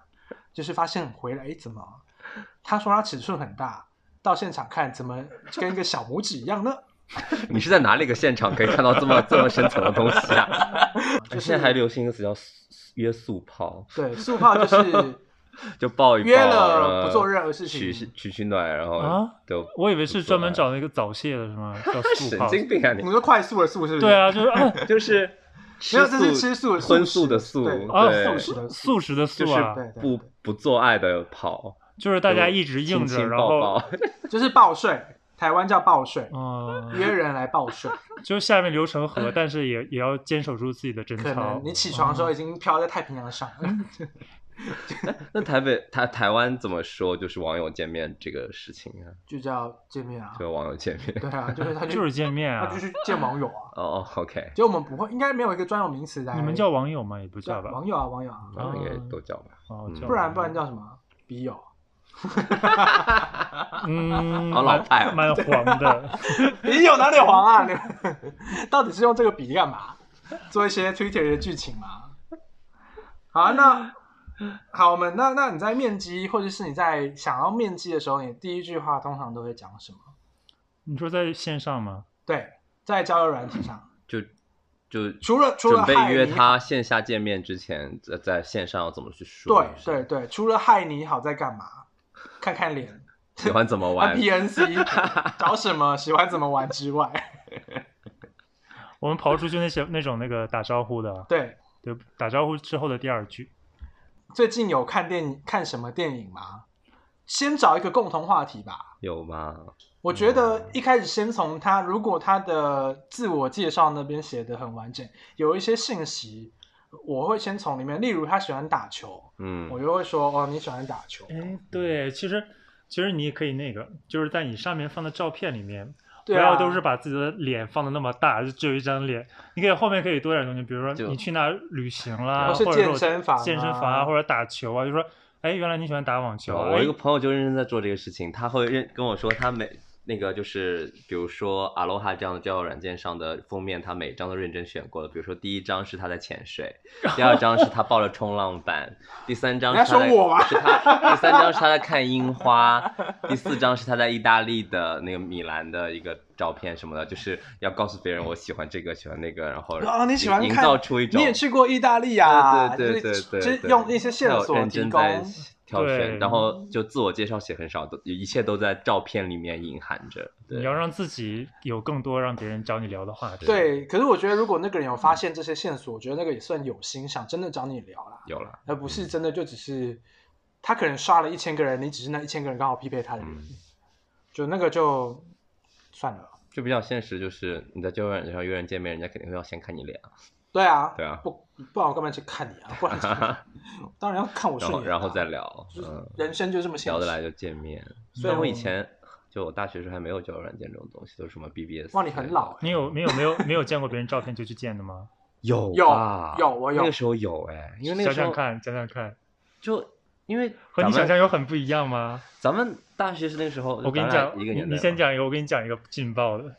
Speaker 2: 就是发现回来，哎，怎么他说他尺寸很大，到现场看怎么跟一个小拇指一样 呢？
Speaker 3: 你是在哪里个现场可以看到这么 这么深层的东西啊？
Speaker 2: 就是
Speaker 3: 现在还流行一个词叫速约速泡，
Speaker 2: 对，速泡就 是
Speaker 3: 就抱一抱，
Speaker 2: 约了
Speaker 3: 然后
Speaker 2: 不做任何事情
Speaker 3: 取取取暖，然后
Speaker 1: 啊
Speaker 3: 就
Speaker 1: 我以为是
Speaker 3: 不错
Speaker 1: 专门
Speaker 3: 哎
Speaker 1: 找那个早泄的，是 吗？叫速
Speaker 3: 神
Speaker 1: 泡。
Speaker 3: 经病啊
Speaker 2: 你
Speaker 3: 你！
Speaker 2: 说快速的速是不是？
Speaker 1: 对，啊，就是 啊
Speaker 3: 就是吃
Speaker 2: 没有这是
Speaker 3: 素
Speaker 2: 吃素的素食
Speaker 3: 荤素的素，
Speaker 2: 对
Speaker 1: 啊
Speaker 2: 素
Speaker 3: 对，
Speaker 2: 食的
Speaker 1: 素食的素
Speaker 3: 就是
Speaker 1: 啊，
Speaker 2: 对对
Speaker 3: 不不做爱的泡，
Speaker 1: 就是大家一直硬
Speaker 3: 亲
Speaker 1: 着，
Speaker 3: 亲
Speaker 1: 然
Speaker 3: 抱
Speaker 1: 后
Speaker 3: 抱，
Speaker 2: 就是报税，台湾叫报税，约
Speaker 1: 嗯，
Speaker 2: 人来报税，
Speaker 1: 就是下面流程和，但是也也要坚守住自己的贞操
Speaker 2: 可
Speaker 1: 嗯
Speaker 2: 能。你起床的时候已经飘在太平洋上了。
Speaker 3: 那台北台台湾怎么说？就是网友见面这个事情啊，
Speaker 2: 就叫见面啊，
Speaker 3: 就网友见面。
Speaker 2: 对啊，就是他就
Speaker 1: 就是见面
Speaker 2: 他
Speaker 1: 啊
Speaker 2: 就，去见网友啊，
Speaker 3: 哦，OK，
Speaker 2: 就我们不会，应该没有一个专有名词来。
Speaker 1: 你们叫网友吗？也不
Speaker 2: 对
Speaker 1: 叫吧？嗯
Speaker 2: 网友啊，网友啊，
Speaker 3: 然后应该都叫吧。
Speaker 1: 哦，
Speaker 3: 嗯
Speaker 1: 叫
Speaker 2: 不然
Speaker 1: 网
Speaker 2: 不然
Speaker 1: 友
Speaker 2: 叫什么笔 友？
Speaker 1: 嗯，
Speaker 3: 好老
Speaker 1: 蛮
Speaker 3: 派哦
Speaker 1: 蛮黄 的。
Speaker 2: 笔友哪里黄啊？你 到底是用这个笔干嘛？做一些 Twitter 的剧情吗？好， 那好，我们那那你在面基，或者是你在想要面基的时候，你第一句话通常都会讲什么？
Speaker 1: 你说在线上吗？
Speaker 2: 对，在交友软体上，
Speaker 3: 就就
Speaker 2: 除了除了
Speaker 3: 准备
Speaker 2: 嗨
Speaker 3: 约
Speaker 2: 你
Speaker 3: 他线下见面之前，在在线上要怎么去说？
Speaker 2: 对对，对，除了嗨你好在干嘛？看看脸，
Speaker 3: 喜欢 怎么
Speaker 2: 啊
Speaker 3: 玩？
Speaker 2: PNC 找什么喜欢怎么玩之外，
Speaker 1: 我们刨出去那些那种那个打招呼的，
Speaker 2: 对，
Speaker 1: 对，打招呼之后的第二句，
Speaker 2: 最近有看电影看什么电影吗？先找一个共同话题吧。
Speaker 3: 有吗？
Speaker 2: 我觉
Speaker 3: 嗯
Speaker 2: 得一开始先从他，如果他的自我介绍那边写的很完整，有一些信息，我会先从里面，例如他喜欢打球，
Speaker 3: 嗯
Speaker 2: 我，就会说哦你喜欢打球，
Speaker 1: 哎，对，其实其实你也可以那个，就是在你上面放的照片里面，
Speaker 2: 对
Speaker 1: 不
Speaker 2: 啊，
Speaker 1: 要都是把自己的脸放的那么大，就只有一张脸。你可以后面可以多点东西，比如说
Speaker 3: 就哦
Speaker 1: 你去哪儿旅行啦，
Speaker 2: 或是
Speaker 1: 或者
Speaker 2: 健身房啊
Speaker 1: 健身房啊，或者打球啊，就说哎，原来你喜欢打网球啊，
Speaker 3: 我
Speaker 1: 哎
Speaker 3: 一个朋友就认真在做这个事情，他会认跟我说，他每那个就是比如说 Aloha 这样的交友软件上的封面，他每张都认真选过了。比如说第一张是他在潜 水，第二张是他抱着冲浪板，第三张是他在
Speaker 2: 你在说我吗
Speaker 3: 是他第三张是他在看樱花，第四张是他在意大利的那个米兰的一个照片什么的，就是要告诉别人我喜欢这个喜欢那个，然后
Speaker 2: 啊，你喜欢
Speaker 3: 营
Speaker 2: 看？
Speaker 3: 造出一种
Speaker 2: 你也去过意大利啊？
Speaker 3: 对对
Speaker 2: 就
Speaker 3: 对
Speaker 2: 是
Speaker 3: 对
Speaker 2: 就
Speaker 3: 对
Speaker 2: 是
Speaker 3: 对，
Speaker 2: 用一些线
Speaker 3: 还有
Speaker 2: 索
Speaker 3: 认
Speaker 2: 提
Speaker 3: 真
Speaker 2: 供。
Speaker 3: 在挑选，
Speaker 1: 对
Speaker 3: 然后就自我介绍写很少，都一切都在照片里面隐含着。对
Speaker 1: 你要让自己有更多让别人找你聊的话题。
Speaker 2: 对，可是我觉得如果那个人有发现这些线索，我觉得那个也算有心想真的找你聊啦，
Speaker 3: 有了，
Speaker 2: 而不是真的就只是他可能刷了一千个人，你只是那一千个人刚好匹配他的人，
Speaker 3: 嗯，
Speaker 2: 就那个就算了。
Speaker 3: 就比较现实，就是你在交友软件上约人见面，人家肯定会要先看你脸啊，
Speaker 2: 对啊，
Speaker 3: 对啊
Speaker 2: 不不然我干嘛去看你啊？不 然当然要看我
Speaker 3: 然
Speaker 2: 顺
Speaker 3: 后
Speaker 2: 眼啊、
Speaker 3: 然后再聊，
Speaker 2: 就是
Speaker 3: 嗯，
Speaker 2: 人生就这么现
Speaker 3: 聊得
Speaker 2: 实。
Speaker 3: 来就见面。
Speaker 2: 所以
Speaker 3: 但
Speaker 2: 我
Speaker 3: 我以前就我大学时候还没有交友软件这种东西，都是什么 BBS 之类的。
Speaker 2: 哇，你很老欸、
Speaker 1: 你有你有没有没有见过别人照片就去见的吗？
Speaker 3: 有
Speaker 2: 有
Speaker 3: 吧
Speaker 2: 有我有
Speaker 3: 那个时候有哎，因为那
Speaker 1: 想
Speaker 3: 个时
Speaker 1: 想
Speaker 3: 候
Speaker 1: 看，想想看，
Speaker 3: 就因为
Speaker 1: 和你
Speaker 3: 咱
Speaker 1: 想
Speaker 3: 们
Speaker 1: 象有很不一样吗？
Speaker 3: 咱们大学是那个时候，
Speaker 1: 我跟你
Speaker 3: 咱俩
Speaker 1: 讲，
Speaker 3: 一个
Speaker 1: 你
Speaker 3: 年代
Speaker 1: 你先
Speaker 3: 嘛
Speaker 1: 讲一个，我跟你讲一个劲爆的。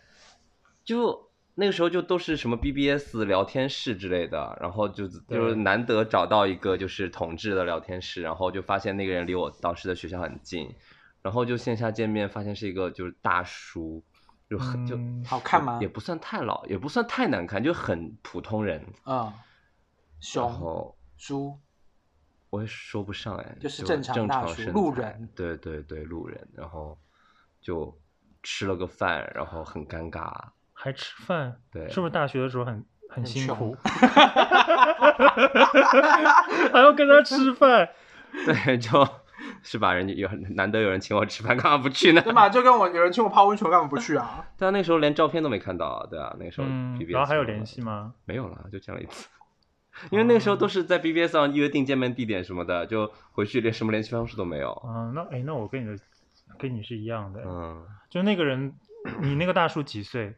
Speaker 3: 就那个时候就都是什么 BBS 聊天室之类的，然后就就是难得找到一个就是同志的聊天室，然后就发现那个人离我当时的学校很近，然后就线下见面，发现是一个就是大叔，就很就
Speaker 1: 嗯
Speaker 2: 好看吗
Speaker 3: 也？不算太老，也不算太难看，就很普通人。
Speaker 2: 嗯，
Speaker 3: 然
Speaker 2: 熊
Speaker 3: 后
Speaker 2: 猪
Speaker 3: 我也说不上哎，
Speaker 2: 就是
Speaker 3: 就
Speaker 2: 正常
Speaker 3: 正
Speaker 2: 大
Speaker 3: 常
Speaker 2: 叔
Speaker 3: 身
Speaker 2: 路
Speaker 3: 材
Speaker 2: 人，
Speaker 3: 对对对，路人，然后就吃了个饭，然后很尴尬，
Speaker 1: 还吃饭，
Speaker 3: 对
Speaker 1: 是不是大学的时候很很辛
Speaker 2: 穷
Speaker 1: 苦， 还要跟他吃饭？
Speaker 3: 对，就是吧，人家有难得有人请我吃饭，干嘛不去呢
Speaker 2: 对？嘛？就跟我有人请我泡温泉，干嘛不去啊？
Speaker 3: 但那时候连照片都没看到啊，对啊，那个时候
Speaker 1: 嗯
Speaker 3: BBS，、，
Speaker 1: 然后还有联？系吗？
Speaker 3: 没有了，就见了一次。因为那个时候都是在 BBS 上约定见面地点什么的，就回去连什么联系方式都没有。
Speaker 1: 嗯，那哎，那我跟你的跟你是一样的，
Speaker 3: 嗯，
Speaker 1: 就那个人，你那个大叔几岁？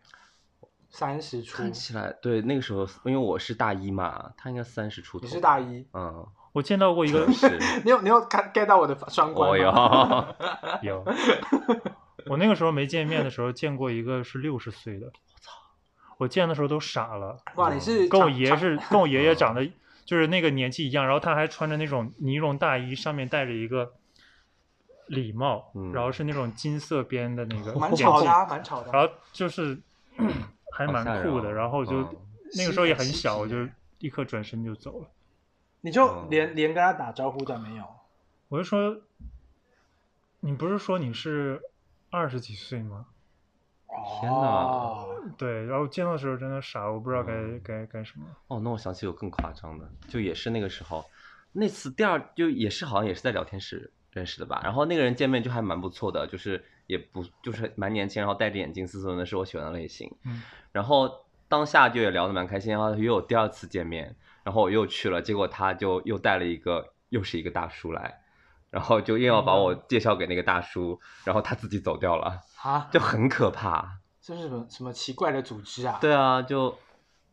Speaker 2: 三十 出，
Speaker 3: 看起来对那个时候，因为我是大一嘛，他应该三十出头。
Speaker 2: 你是大？一，
Speaker 3: 嗯，
Speaker 1: 我见到过一 个
Speaker 3: 是。
Speaker 2: 你有你有 get get 到我的双关
Speaker 3: 我
Speaker 2: 吗
Speaker 3: 有，
Speaker 1: 有，我那个时候没见面的时候见过一个是六十岁的，我操，我见的时候都傻了，
Speaker 2: 哇，你是
Speaker 1: 嗯跟我
Speaker 2: 长
Speaker 1: 爷
Speaker 2: 长
Speaker 1: 是跟我爷爷长得就是那个年纪一样，然后他还穿着那种呢绒大衣，上面戴着一个礼帽，
Speaker 3: 嗯
Speaker 1: 然后是那种金色边的那个
Speaker 2: 蛮
Speaker 1: 眼
Speaker 2: 吵
Speaker 1: 镜
Speaker 2: 的，啊，蛮吵的啊。
Speaker 1: 然后 就是还
Speaker 3: 好
Speaker 1: 蛮
Speaker 3: 吓人
Speaker 1: 酷的，
Speaker 3: 哦
Speaker 1: 然后就
Speaker 3: 嗯
Speaker 1: 那个时候也很
Speaker 2: 吸引
Speaker 1: 小，我
Speaker 2: 吸引
Speaker 1: 就立刻转身就走了。
Speaker 2: 你就
Speaker 3: 嗯
Speaker 2: 连连跟他打招呼都没有，
Speaker 1: 我就说，你不是说你是二十几岁吗？
Speaker 3: 天哪
Speaker 2: 哦！
Speaker 1: 对，然后见到的时候真的傻，我不知道该、
Speaker 3: 嗯
Speaker 1: 该该什么。
Speaker 3: 哦，那我想起有更夸张的，就也是那个时候，那次第二就也是好像也是在聊天室认识的吧。然后那个人见面就还蛮不错的，就是也不就是蛮年轻，然后戴着眼镜，斯斯文文是我喜欢的类型。
Speaker 1: 嗯，
Speaker 3: 然后当下就也聊得蛮开心，然后又有第二次见面，然后我又去了，结果他就又带了一个又是一个大叔来，然后就硬要把我介绍给那个大叔，然后他自己走掉了，
Speaker 2: 啊，
Speaker 3: 就很可怕。
Speaker 2: 这是什么什么奇怪的组织啊？
Speaker 3: 对啊，就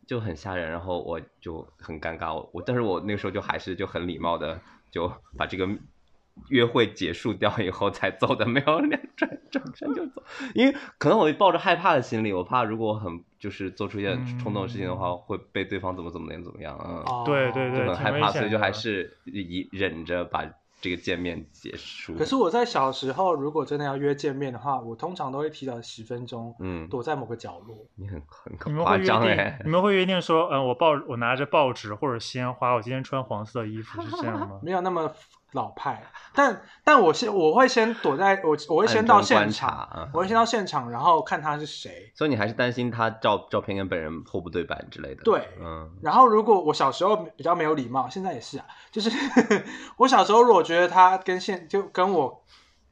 Speaker 3: 就很吓人，然后我就很尴尬，我我但是我那个时候就还是就很礼貌的就把这个约会结束掉以后才走的，没有两转转身就走，因为可能我抱着害怕的心理，我怕如果我很就是做出一件冲动的事情的话，
Speaker 1: 嗯
Speaker 3: 会被对方怎么怎么样怎么样，嗯，
Speaker 2: 哦
Speaker 1: 对对
Speaker 3: 就
Speaker 1: 对
Speaker 3: 很
Speaker 1: 挺
Speaker 3: 害
Speaker 1: 危
Speaker 3: 怕，所
Speaker 1: 险
Speaker 3: 以就还
Speaker 1: 的
Speaker 3: 是以忍着把这个见面结束。
Speaker 2: 可是我在小时候，如果真的要约见面的话，我通常都会提早十分钟，
Speaker 3: 嗯，
Speaker 2: 躲在某个角落。？
Speaker 3: 你很很
Speaker 1: 你们
Speaker 3: 夸
Speaker 1: 会约
Speaker 3: 张
Speaker 1: 定
Speaker 3: 哎，
Speaker 1: 你，们会约定说，嗯，我报我拿着报纸或者鲜花，我今天穿黄色衣服，是这样吗
Speaker 2: 没有那么老派，但但我先我会先躲在我我会先
Speaker 3: 暗
Speaker 2: 到
Speaker 3: 中观
Speaker 2: 现场，
Speaker 3: 察，嗯
Speaker 2: 我会先到现场，然后看他是谁。
Speaker 3: 所以你还是担心他照照片跟本人互不对版之类的。
Speaker 2: 对
Speaker 3: 嗯，
Speaker 2: 然后如果我小时候比较没有礼貌，现在也是啊，就是 我小时候如果觉得他跟现就跟我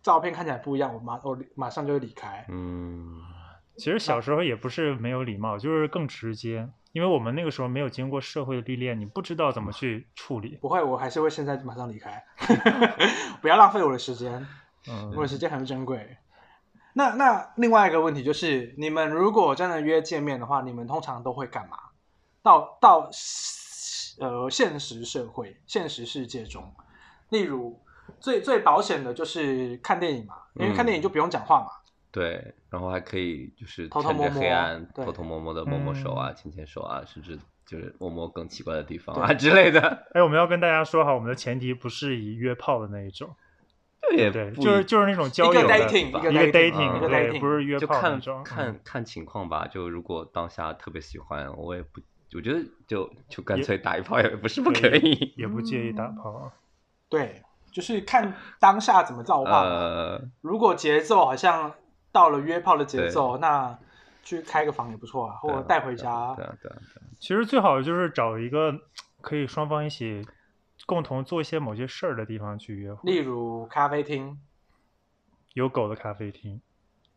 Speaker 2: 照片看起来不一样，我马我马上就会离开。
Speaker 3: 嗯，
Speaker 1: 其实小时候也不是没有礼貌，就是更直接，因为我们那个时候没有经过社会的历练，你不知道怎么去处理。
Speaker 2: 不会，我还是会现在马上离开， 不要浪费我的时间。
Speaker 1: 嗯
Speaker 2: 我，的时间很珍贵。那那另外一个问题就是，你们如果真的约见面的话，你们通常都会干嘛？到到呃现实社会、现实世界中，例如最最保险的就是看电影嘛，因为看电影就不用讲话嘛，
Speaker 3: 对，然后还可以就是
Speaker 2: 偷偷
Speaker 3: 趁着
Speaker 2: 摸摸
Speaker 3: 黑暗
Speaker 2: 对
Speaker 3: 偷偷摸摸的摸摸手啊、
Speaker 1: 嗯
Speaker 3: 牵牵手啊，甚至就是摸摸更奇怪的地方啊之类的。
Speaker 1: 哎，我们要跟大家说好，我们的前提不是以约炮的那一种，
Speaker 3: 也
Speaker 1: 对，
Speaker 3: 不
Speaker 1: 就是
Speaker 3: 一
Speaker 1: 就是那种交
Speaker 2: 一
Speaker 1: 友
Speaker 2: 个
Speaker 1: 的
Speaker 2: dating，
Speaker 3: 吧
Speaker 1: 一个
Speaker 2: 个 dating，
Speaker 3: dating，
Speaker 2: 一个
Speaker 3: 嗯
Speaker 1: 对，不
Speaker 2: dating。
Speaker 1: 是约
Speaker 3: 就
Speaker 1: 炮那
Speaker 3: 看
Speaker 1: 种。嗯
Speaker 3: 看看情况吧。就如果当下特别喜欢，我也不，我觉得就就干
Speaker 1: 也
Speaker 3: 脆打一炮也不是不
Speaker 1: 对
Speaker 3: 可 以。
Speaker 1: 也不介意打炮
Speaker 3: 嗯
Speaker 1: 啊。
Speaker 2: 对，就是看当下怎么造化嘛。
Speaker 3: 呃，
Speaker 2: 如果节奏好像到了约炮的节奏，那去开个房也不错啊，或
Speaker 3: 对
Speaker 2: 者
Speaker 3: 啊
Speaker 2: 带回家
Speaker 3: 对。啊对啊对啊，
Speaker 1: 其实最好就是找一个可以双方一起共同做一些某些事儿的地方去约
Speaker 2: 例
Speaker 1: 会，
Speaker 2: 如咖啡厅，
Speaker 1: 有狗的咖啡厅。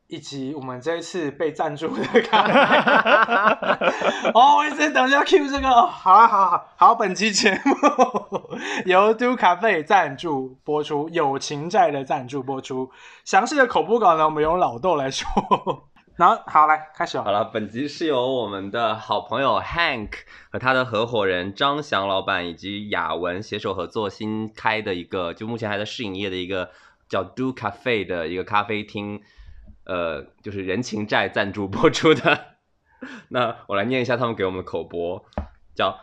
Speaker 2: 以及我们这一次被赞助的咖啡。 哦，我一直等着要 Q 这个。哦好啊，好啊好啊好，本期节目 由 Do 咖啡赞助播出，友情债的赞助播出。详细的口播稿呢，我们由老豆来说。然后好，来开始哦
Speaker 3: 好了，本集是由我们的好朋友 Hank 和他的合伙人张翔老板以及雅文携手合作新开的一个，就目前还在试营业的一个叫 Do Cafe 的一个咖啡厅，呃，就是人情债赞助播出的。 那我来念一下他们给我们的口播，叫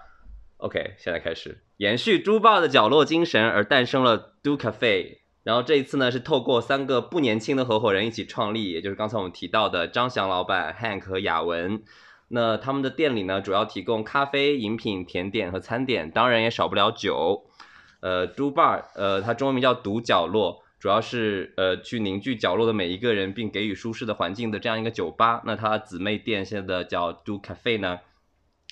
Speaker 3: OK，现在开始。延续猪爸的角落精神而诞生了 Do Cafe，然后这一次呢是透过三个不年轻的合伙人一起创立，也就是刚才我们提到的张翔老板、Hank 和雅文。那他们的店里呢，主要提供咖啡、饮品、甜点和餐点，当然也少不了酒。呃，猪爸，呃，它中文名叫独角落，主要是呃去凝聚角落的每一个人，并给予舒适的环境的这样一个酒吧。那它的姊妹店现在的叫 Do Cafe 呢，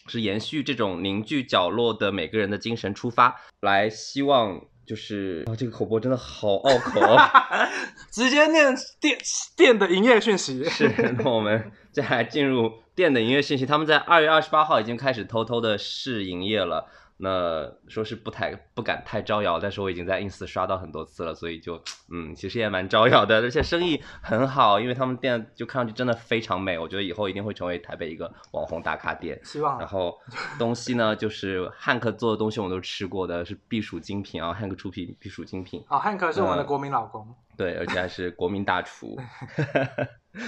Speaker 3: 是延续这种凝聚角落的每个人的精神出发，来希望就是啊、这个口播真的好拗口、哦。
Speaker 2: 直接念店店的营业讯息。
Speaker 3: 是，那我们接下来进入店的营业信息。他们在二月二十八号已经开始偷偷的试营业了。那说是不太不敢太招摇，但是我已经在 ins 刷到很多次了，所以就嗯，其实也蛮招摇的，而且生意很好，因为他们店就看上去真的非常美，我觉得以后一定会成为台北一个网红打卡点。
Speaker 2: 希望
Speaker 3: 然后东西呢，就是汉克做的东西我们都吃过的，是必属精品啊，汉克出品必属精品。
Speaker 2: 啊，汉克是我们的国民老公，
Speaker 3: 对，而且还是国民大厨，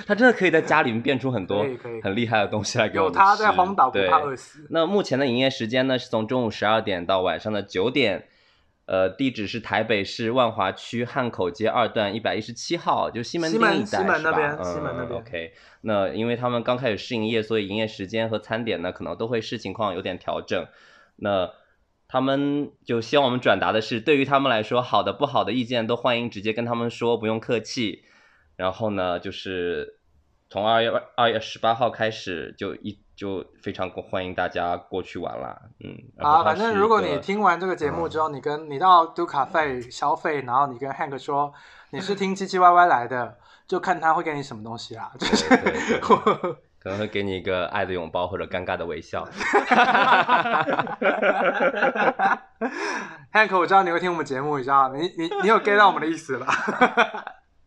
Speaker 3: 他真的可以在家里面变出很多
Speaker 2: 可以可以
Speaker 3: 很厉害的东西来给我
Speaker 2: 有
Speaker 3: 们
Speaker 2: 他在
Speaker 3: 吃
Speaker 2: 荒岛不
Speaker 3: 呃对
Speaker 2: 怕饿死。
Speaker 3: 那目前的营业时间呢是从中午十二点到晚上的九点，呃，地址是台北市万华区汉口街二段一百一十七号，就西门
Speaker 2: 西
Speaker 3: 町
Speaker 2: 门
Speaker 3: 一带
Speaker 2: 西门
Speaker 3: 是
Speaker 2: 那
Speaker 3: 吧
Speaker 2: 边
Speaker 3: 嗯
Speaker 2: 西门那边
Speaker 3: OK，那因为他们刚开始试营业，所以营业时间和餐点呢可能都会视情况有点调整。那他们就希望我们转达的是，对于他们来说，好的不好的意见都欢迎直接跟他们说，不用客气。然后呢，就是从二月二月十八号开始，就一就非常欢迎大家过去玩啦。嗯，然后
Speaker 2: 好，
Speaker 3: 它
Speaker 2: 反正
Speaker 3: 是一
Speaker 2: 如果
Speaker 3: 个
Speaker 2: 你听完这个节
Speaker 3: 嗯
Speaker 2: 目之后，你跟你到 Do 卡费消费，然后你跟 Hank 说你是听七七歪歪来的，就看他会给你什么东西啦。 就是
Speaker 3: 对对对可能会给你一个爱的拥抱或者尴尬的微笑。
Speaker 2: Hank，我知道你会听我们节目，你知道，你你你有 get 到我们的意思了吧？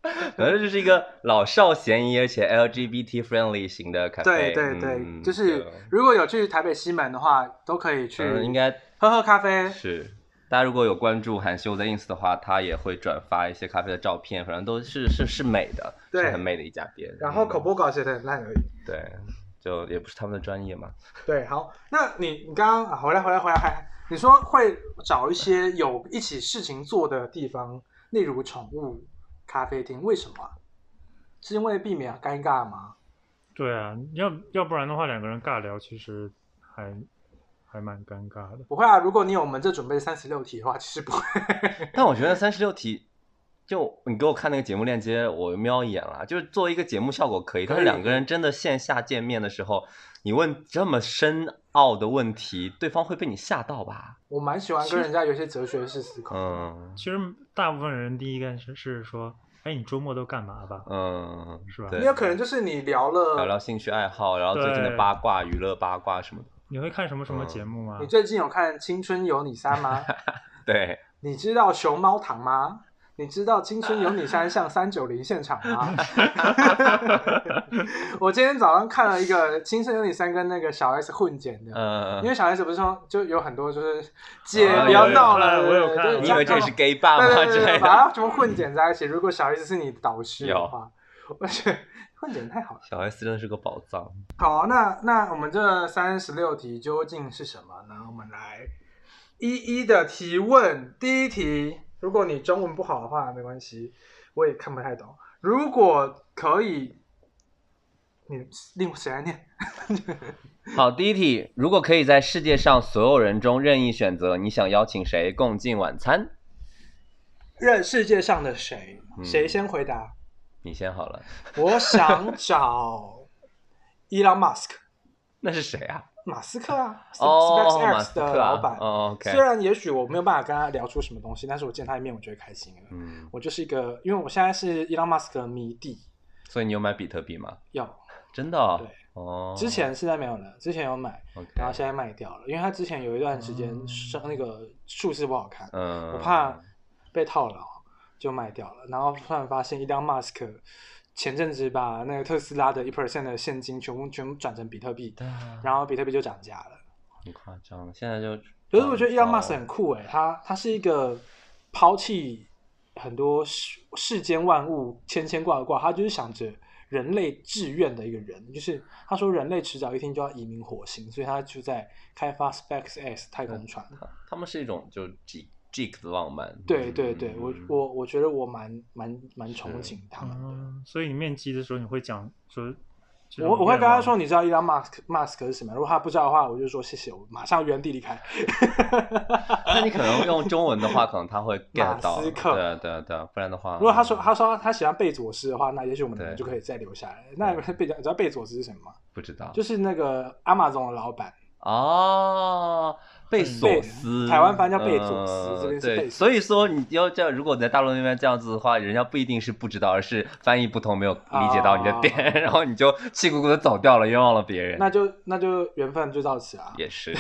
Speaker 3: 反正就是一个老少咸宜而且 LGBT friendly 型的咖
Speaker 2: 对
Speaker 3: 啡。
Speaker 2: 对对，
Speaker 3: 嗯
Speaker 2: 就是如果有去台北西门的话，都可以去
Speaker 3: 嗯，应该
Speaker 2: 喝喝咖啡。
Speaker 3: 是。大家如果有关注韩秀的 ins 的话，他也会转发一些咖啡的照片，反正都是是是美的，
Speaker 2: 对
Speaker 3: 是很美的一家店。
Speaker 2: 然后口
Speaker 3: 播
Speaker 2: 播稿写的很烂而已。
Speaker 3: 对，就也不是他们的专业嘛。
Speaker 2: 对，好，那你你刚刚啊回来回来回来，还你说会找一些有一起事情做的地方，例如宠物咖啡厅，为什么啊？是因为避免尴尬吗？
Speaker 1: 对啊，要要不然的话，两个人尬聊其实还还蛮尴尬的。
Speaker 2: 不会啊，如果你有我们这准备三十六题的话，其实不会。
Speaker 3: 但我觉得三十六题，就你给我看那个节目链接，我瞄一眼了，就是作为一个节目效果可以，但是
Speaker 2: 可以
Speaker 3: 两个人真的线下见面的时候，你问这么深奥的问题，对方会被你吓到吧？
Speaker 2: 我蛮喜欢跟人家有一些哲学式思考。
Speaker 3: 嗯
Speaker 1: 其实大部分人第一个是是说，哎，你周末都干嘛吧？
Speaker 3: 嗯，
Speaker 1: 是吧
Speaker 3: 对
Speaker 2: 也有可能就是你聊了，
Speaker 3: 聊聊兴趣爱好，然后最近的
Speaker 1: 对
Speaker 3: 八卦、娱乐八卦什么的。
Speaker 1: 你会看什么什么节目吗
Speaker 2: 你？最近有看《青春有你三》吗？
Speaker 3: 对，
Speaker 2: 你知道熊猫糖吗？你知道《青春有你》三上三九零现场吗？我今天早上看了一个《青春有你》三跟那个小 S 混剪的，
Speaker 3: 嗯，
Speaker 2: 因为小 S 不是说就有很多就是姐
Speaker 3: 啊
Speaker 2: 不要闹了，
Speaker 1: 我有看我有
Speaker 2: 对
Speaker 1: 看
Speaker 2: 对
Speaker 3: 你以
Speaker 2: 对
Speaker 3: 为这也是 gay 爸
Speaker 2: 对
Speaker 3: 吗
Speaker 2: 对对
Speaker 3: 之
Speaker 2: 对
Speaker 3: 类
Speaker 2: 对，把
Speaker 3: 的？
Speaker 2: 它全部混剪在一起。如果小 S 是你的导师的话，我觉得混剪太好了。
Speaker 3: 小 S 真的是个宝藏。
Speaker 2: 好，那那我们这三十六题究竟是什么呢？我们来一一的提问。第一题，如果你中文不好的话，没关系，我也看不太懂。如果可以，你令谁来念？
Speaker 3: 好，第一题，如果可以在世界上所有人中任意选择，你想邀请谁共进晚餐？
Speaker 2: 任世界上的谁？
Speaker 3: 嗯
Speaker 2: 谁先回答？
Speaker 3: 你先好了。
Speaker 2: 我想找 Elon Musk，
Speaker 3: 那是谁啊？
Speaker 2: 马斯克啊
Speaker 3: 哦，马
Speaker 2: ，SpaceX
Speaker 3: 斯
Speaker 2: 的
Speaker 3: 克啊
Speaker 2: 老板。
Speaker 3: 哦，OK。
Speaker 2: 虽然也许我没有办法跟他聊出什么东西，但是我见他一面，我觉得开心了。
Speaker 3: 嗯，
Speaker 2: 我就是一个，因为我现在是 Elon Musk 的迷弟，
Speaker 3: 所以你有买比特币吗？
Speaker 2: 要
Speaker 3: 真的哦
Speaker 2: 对？
Speaker 3: 哦，
Speaker 2: 之前现在没有了，之前有买，
Speaker 3: OK，
Speaker 2: 然后现在卖掉了，因为他之前有一段时间
Speaker 1: 嗯
Speaker 2: 生那个数字不好看，
Speaker 3: 哦嗯，
Speaker 2: 我怕被套牢，就卖掉了。然后突然发现 Elon Musk 前阵子把那个特斯拉的一 percent 的现金全部全部转成比特币，
Speaker 3: 对啊，
Speaker 2: 然后比特币就涨价了。
Speaker 3: 很夸张，现在就
Speaker 2: 可是我觉得 Elon
Speaker 3: 涨
Speaker 2: Musk
Speaker 3: 到
Speaker 2: 很酷诶、欸他他是一个抛弃很多世世间万物牵牵挂挂，他就是想着人类志愿的一个人。就是他说人类迟早一天就要移民火星，所以他就在开发 SpaceX 太空船。
Speaker 3: 他他们是一种就 G Geek 的浪漫。
Speaker 2: 对
Speaker 3: 嗯
Speaker 2: 对对，我我我觉得我蛮蛮蛮憧
Speaker 3: 是
Speaker 2: 憬他们的。
Speaker 1: 嗯，所以你面基的时候，你会讲说，这
Speaker 3: 啊
Speaker 1: 种
Speaker 2: 我我会跟他
Speaker 1: 愿
Speaker 2: 说，
Speaker 1: 望，
Speaker 2: 你知道 Elon Musk Musk 是什么？如果他不知道的话，我就说谢谢，我马上原地离开。
Speaker 3: 那你可能用中文的话，可能 他会
Speaker 2: 马
Speaker 3: get 到。
Speaker 2: 斯克
Speaker 3: 对啊对啊对啊，不然的话，
Speaker 2: 如果他说他说他喜欢贝佐斯的话，那也许我们两个
Speaker 3: 对
Speaker 2: 就可以再留下来。那
Speaker 3: 对啊
Speaker 2: 贝佐你知道贝佐斯是什么吗？
Speaker 3: 不知道，
Speaker 2: 就是那个阿玛总的老板，
Speaker 3: 哦，贝
Speaker 1: 贝
Speaker 3: 索斯，
Speaker 2: 嗯台湾翻叫贝佐斯
Speaker 3: 嗯
Speaker 2: 这边是贝
Speaker 3: 对，
Speaker 2: 索
Speaker 3: 所以说你要这样，如果你在大陆那边这样子的话，人家不一定是不知道，而是翻译不同，没有理解到你的点，
Speaker 2: 啊
Speaker 3: 然后你就气鼓鼓的走掉了，冤枉了别人。
Speaker 2: 那就那就缘分就到此啊。
Speaker 3: 也是，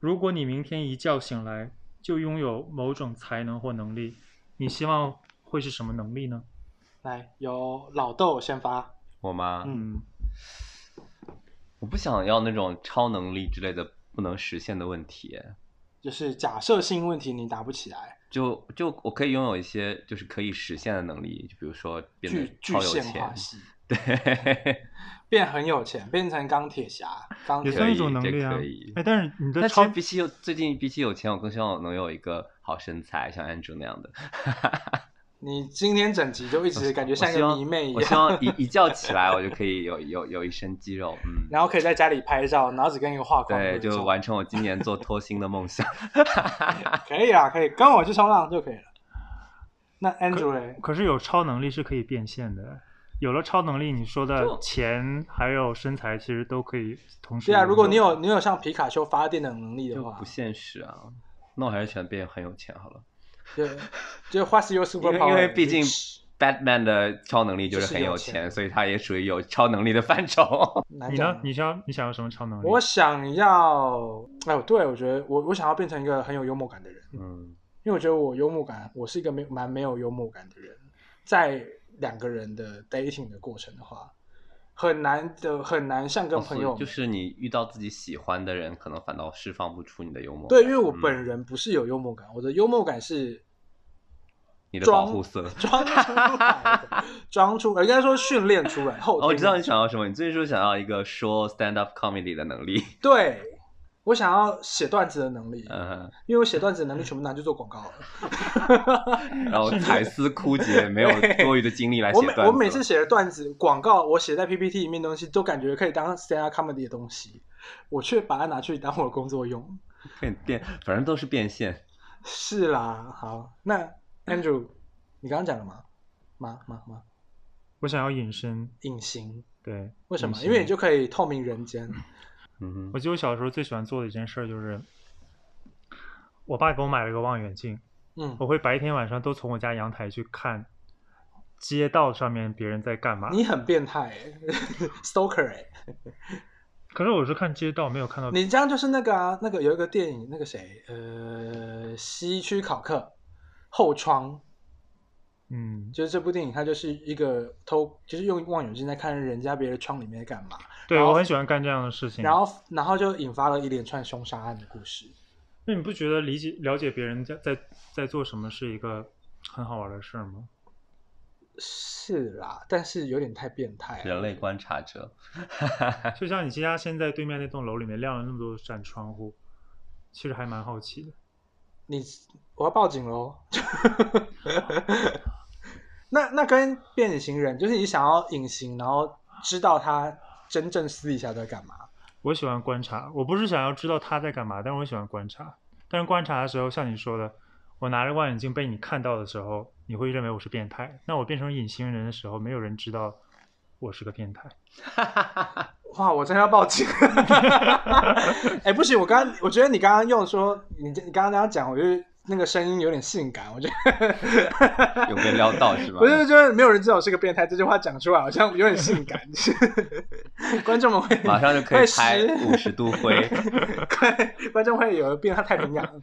Speaker 1: 如果你明天一觉醒来就拥有某种才能或能力，你希望会是什么能力呢？
Speaker 2: 来，由老豆先发。
Speaker 3: 我吗？
Speaker 2: 嗯
Speaker 1: 嗯，
Speaker 3: 我不想要那种超能力之类的不能实现的问题，
Speaker 2: 就是假设性问题你答不起来，
Speaker 3: 就就我可以拥有一些就是可以实现的能力，就比如说变得
Speaker 2: 具
Speaker 3: 超
Speaker 2: 具
Speaker 3: 有
Speaker 2: 现
Speaker 3: 钱
Speaker 2: 化，系，
Speaker 3: 对，
Speaker 2: 变很有钱，变成钢铁侠，钢
Speaker 1: 也
Speaker 2: 铁
Speaker 1: 算一种能
Speaker 3: 这
Speaker 1: 力啊
Speaker 3: 可以。
Speaker 1: 哎，但是你的
Speaker 3: 但其
Speaker 1: 超
Speaker 3: 实比起有最近比起有钱，我更希望我能有一个好身材，像 Andrew 那样的。
Speaker 2: 你今天整集就一直感觉
Speaker 3: 哦我
Speaker 2: 像
Speaker 3: 希
Speaker 2: 个
Speaker 3: 望
Speaker 2: 迷妹一
Speaker 3: 我希
Speaker 2: 样，
Speaker 3: 望一一觉起来，我就可以有有有一身肌肉，嗯，
Speaker 2: 然后可以在家里拍照，然后只跟一个画框
Speaker 3: 对，
Speaker 2: 合
Speaker 3: 就
Speaker 2: 照
Speaker 3: 完成我今年做脱星的梦 想。
Speaker 2: 可以啊，可以跟我去冲浪就可以了。那 Andrew 嘞，
Speaker 1: 可是有超能力是可以变现的。有了超能力，你说
Speaker 3: 就
Speaker 1: 的钱还有身材，其实都可以同时。
Speaker 2: 对啊，如果你有你有像皮卡丘发电的能力的
Speaker 3: 嗯就
Speaker 2: 话
Speaker 3: 不，现实啊，那我还是选变很有钱好了，
Speaker 2: 对，就 What's your
Speaker 3: 因
Speaker 2: super
Speaker 3: 为
Speaker 2: power？
Speaker 3: 因为毕竟
Speaker 2: 你
Speaker 3: Batman 的超能力就
Speaker 2: 就是是
Speaker 3: 很
Speaker 2: 有
Speaker 3: 有
Speaker 2: 钱
Speaker 3: 钱，所以他也属于有超能力的范 畴。
Speaker 2: 难
Speaker 1: 你
Speaker 2: 讲
Speaker 1: 呢？你想要你想要什么超能力？
Speaker 2: 我想要，哎，对我觉得我我想要变成一个很有幽默感的人，
Speaker 3: 嗯，
Speaker 2: 因为我觉得我幽默感，我是一个没蛮没有幽默感的人，在两个人的 dating 的过程的话，很难的很难像跟
Speaker 3: 哦所
Speaker 2: 朋
Speaker 3: 以
Speaker 2: 友、
Speaker 3: 就是你遇到自己喜欢的人，可能反倒释放不出你的幽默感。
Speaker 2: 对，因为我
Speaker 3: 嗯
Speaker 2: 本人不是有幽默感，我的幽默感是
Speaker 3: 你的保
Speaker 2: 装哦
Speaker 3: 护色。
Speaker 2: 装出来的，装出来，呃应该说训练出来后天的。
Speaker 3: 哦，我知道你想要什么，你最初想要一个说 stand up comedy 的能力。
Speaker 2: 对，我想要写段子的能力，
Speaker 3: 嗯，
Speaker 2: 因为我写段子的能力全部拿去做广告了。
Speaker 3: 然后彩丝枯竭，没有多余的精力来写
Speaker 2: 我
Speaker 3: 段
Speaker 2: 每
Speaker 3: 子了。
Speaker 2: 我每次写的段子广告，我写在 PPT 里面的东西，都感觉可以当 stand up comedy 的东西，我却把它拿去当我的工作用。
Speaker 3: 变变，反正都是变现。
Speaker 2: 是啦，好，那 Andrew，你刚刚讲了吗？吗吗吗？
Speaker 1: 我想要隐身，
Speaker 2: 隐形。
Speaker 1: 对，
Speaker 2: 为什么
Speaker 1: 隐？形
Speaker 2: 因为你就可以透明人间。
Speaker 3: 嗯
Speaker 1: 我记得我小时候最喜欢做的一件事儿就是，我爸给我买了个望远镜，
Speaker 2: 嗯，
Speaker 3: 哦
Speaker 1: 我会白天晚上都从我家阳台去看街道上面别人在干嘛。
Speaker 2: 你很变态、欸、，stalker 哎、
Speaker 1: 可是我是看街道，没有看到。
Speaker 2: 你这样就是那个啊，那个有一个电影，那个谁，呃，西区考克后窗，
Speaker 1: 嗯，
Speaker 2: 就是这部电影，它就是一个偷，就是用望远镜在看人家别人窗里面在干嘛，
Speaker 1: 对
Speaker 2: 然后
Speaker 1: 我很喜欢干这样的事情。
Speaker 2: 然后然后就引发了一连串凶杀案的故事。
Speaker 1: 那你不觉得理解了解别人在在在做什么是一个很好玩的事儿吗？
Speaker 2: 是啦，但是有点太变态啊了。
Speaker 3: 人类观察者，哎
Speaker 1: 就像你家现在对面那栋楼里面亮了那么多扇窗户，其实还蛮好奇的。
Speaker 2: 你我要报警喽！ 那那跟变形人，就是你想要隐形，然后知道他真正私底下在干嘛。
Speaker 1: 我喜欢观察，我不是想要知道他在干嘛，但是我喜欢观察。但是观察的时候，像你说的，我拿着望远镜被你看到的时候，你会认为我是变态。那我变成隐形人的时候，没有人知道我是个变态。
Speaker 2: 哇，我真的要报警！ 哎、不行，我刚刚我觉得你刚刚用说你你刚刚那样讲，我觉得那个声音有点性感，我觉得
Speaker 3: 有被撩到是吧
Speaker 2: 不？是，就是没有人知道我是个变态，这句话讲出来好像有点性感， 观众们会
Speaker 3: 马上就可以拍
Speaker 2: 快
Speaker 3: 五十度灰。
Speaker 2: 观观众会有变态太平洋。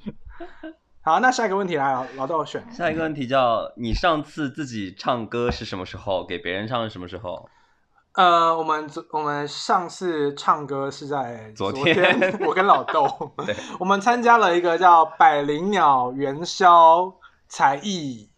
Speaker 2: 好，那下一个问题来了，老豆选。
Speaker 3: 下一个问题叫你上次自己唱歌是什么时候？给别人唱是什么时候？
Speaker 2: 呃，我们昨我们上次唱歌是在
Speaker 3: 昨
Speaker 2: 天，
Speaker 3: 天
Speaker 2: 我跟老豆
Speaker 3: 对，
Speaker 2: 我们参加了一个叫百灵鸟元宵才艺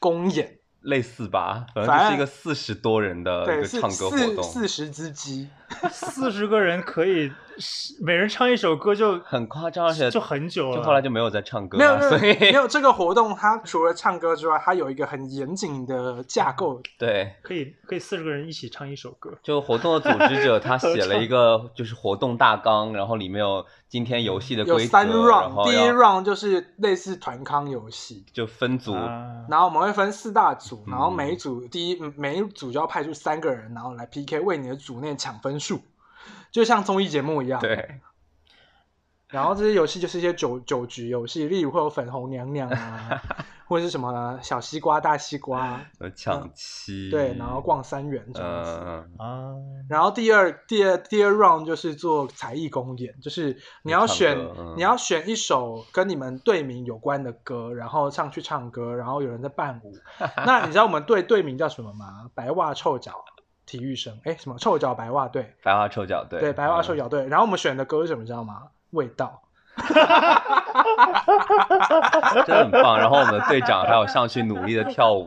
Speaker 2: 公演，
Speaker 3: 类似吧，反正
Speaker 2: 反
Speaker 3: 就
Speaker 2: 正
Speaker 3: 是一个四十多人的呃一
Speaker 2: 对，
Speaker 3: 个
Speaker 2: 是
Speaker 3: 唱歌活
Speaker 2: 四
Speaker 3: 动，
Speaker 2: 四十只鸡，
Speaker 1: 四十个人可以是每人唱一首歌就
Speaker 3: 很夸张，而且
Speaker 1: 就很久了。
Speaker 3: 就后来就没有再唱歌
Speaker 2: 没有没
Speaker 3: 了，
Speaker 2: 有
Speaker 3: 所以
Speaker 2: 没有这个活动，它除了唱歌之外，它有一个很严谨的架构，
Speaker 3: 对。
Speaker 1: 可以可以四十个人一起唱一首歌。
Speaker 3: 就活动的组织 者，他写了一个就是活动大纲，然后里面有今天游戏的
Speaker 2: 有
Speaker 3: 规则，
Speaker 2: 三
Speaker 3: 然
Speaker 2: round，
Speaker 3: 后
Speaker 2: 第一
Speaker 3: 要
Speaker 2: round 就是类似团康游戏，
Speaker 3: 就分组，
Speaker 1: 啊，
Speaker 2: 然后我们会分四大组，然后
Speaker 3: 嗯
Speaker 2: 每一组第一每一组就要派出三个人，然后来 PK，为你的组内抢分数，就像综艺节目一样。。
Speaker 3: 对，
Speaker 2: 然后这些游戏就是一些酒酒局游戏，例如会有粉红娘娘 啊，或者是什么小西瓜、大西瓜，
Speaker 3: 有抢七，
Speaker 2: 嗯对，然后逛三元这样子。
Speaker 3: 嗯，
Speaker 1: 啊，
Speaker 2: 然后第二第二第二 round 就是做才艺公演，就是你要
Speaker 3: 唱
Speaker 2: 选
Speaker 3: 歌嗯
Speaker 2: 你要选一首跟你们队名有关的歌，然后上去唱歌，然后有人在伴 舞。那你知道我们队队名叫什么吗？白袜臭脚体育生，哎，什么臭脚白袜队？
Speaker 3: 白花臭脚，对嗯
Speaker 2: 对，嗯白袜臭
Speaker 3: 脚，
Speaker 2: 脚队。然后我们选的歌是什么，你知道吗？味道。
Speaker 3: 嗯真的很棒。然后我们的队长还有上去努力的跳 舞，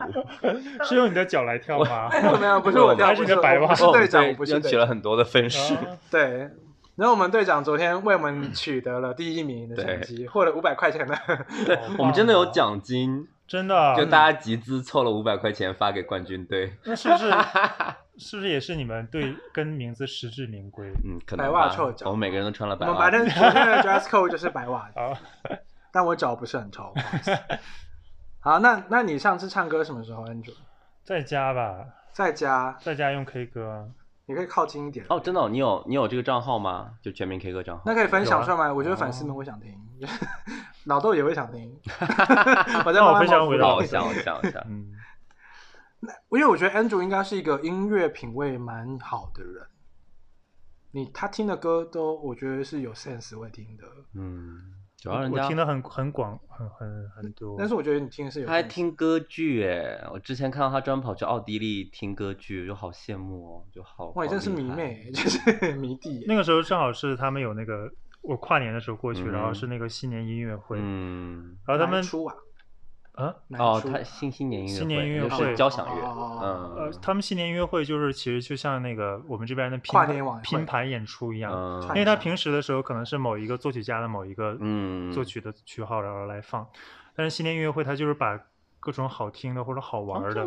Speaker 1: 是用你的脚来跳 吗？ 啊
Speaker 2: 没有没有，不是我
Speaker 3: 我
Speaker 2: 调，
Speaker 1: 还
Speaker 2: 不
Speaker 1: 是
Speaker 2: 是
Speaker 1: 你的白
Speaker 2: 我不
Speaker 1: 袜
Speaker 2: 是队长，我
Speaker 3: 对，
Speaker 2: 不是
Speaker 3: 争
Speaker 2: 队
Speaker 3: 取
Speaker 2: 长
Speaker 3: 了很多的分数，
Speaker 1: 啊
Speaker 2: 对，然后我们队长昨天为我们取得了第一名的成
Speaker 3: 对
Speaker 2: 绩，获了五百块钱的。
Speaker 3: 对
Speaker 1: 好
Speaker 3: 我们真的有
Speaker 1: 棒哦
Speaker 3: 奖金，
Speaker 1: 真的
Speaker 2: 嗯
Speaker 1: 啊，
Speaker 3: 就大家集资凑了五百块钱发给冠军队，
Speaker 1: 那是不 是是不是也是你们对跟名字实至名归
Speaker 3: 嗯，可
Speaker 2: 白
Speaker 3: 能
Speaker 2: 袜
Speaker 3: 吧
Speaker 2: 臭脚
Speaker 3: 我们每个人都穿了
Speaker 2: 我
Speaker 3: 白
Speaker 2: 们白，
Speaker 3: 袜
Speaker 2: 天昨天 的 dress code 就是白袜，
Speaker 1: 啊？
Speaker 2: 但我脚不是很臭。不好意思好，那那你上次唱歌什么时候，Andrew？
Speaker 1: 在家吧，
Speaker 2: 在家，
Speaker 1: 在家用 K 歌啊，
Speaker 2: 你可以靠近一点。
Speaker 3: 哦，真的哦、你有你有这个账号吗？就全民 K 歌账号
Speaker 2: 那？可以分享
Speaker 1: 有啊
Speaker 2: 出来吗？我觉得粉丝们会想听，老豆也会想听。 我在
Speaker 1: 那我
Speaker 2: 慢慢
Speaker 1: 分享
Speaker 2: 冒
Speaker 1: 回
Speaker 2: 出来
Speaker 1: 到
Speaker 3: 好，我想我想我 想，
Speaker 1: 嗯，
Speaker 2: 因为我觉得 Andrew 应该是一个音乐品味蛮好的人。你他听的歌都，我觉得是有 sense 会听的，
Speaker 3: 嗯，主要
Speaker 1: 我
Speaker 3: 人
Speaker 1: 我
Speaker 3: 家
Speaker 1: 听的很很广，很很很多。
Speaker 2: 但是我觉得你听的是有。
Speaker 3: 他还，听歌剧哎，我之前看到他专门跑去奥地利听歌剧，就好羡慕哦，就好。
Speaker 2: 哇，你真是
Speaker 3: 好厉
Speaker 2: 迷
Speaker 3: 害
Speaker 2: 妹，欸就是 迷弟。欸
Speaker 1: 那个时候正好是他们有那个，我跨年的时候过去，
Speaker 3: 嗯
Speaker 1: 然后是那个新年音乐会，
Speaker 3: 嗯，
Speaker 1: 然后他们
Speaker 2: 南出啊，
Speaker 1: 啊，
Speaker 2: 南
Speaker 3: 哦，
Speaker 2: 出
Speaker 3: 他新新年音乐会，
Speaker 1: 新年音乐
Speaker 3: 就是
Speaker 1: 会
Speaker 3: 交响乐，
Speaker 2: 哦
Speaker 1: 呃
Speaker 3: 嗯，，
Speaker 1: 他们新年音乐会就是其实就像那个我们这边的拼
Speaker 2: 跨年晚会
Speaker 1: 拼盘演出一样，
Speaker 3: 嗯
Speaker 1: 因为他平时的时候可能是某一个作曲家的某一个
Speaker 3: 嗯
Speaker 1: 作曲的曲号，然后来放。但是新年音乐会它就是把各种好听的或者好
Speaker 3: 嗯
Speaker 1: 玩哦
Speaker 3: 哦
Speaker 1: 儿的，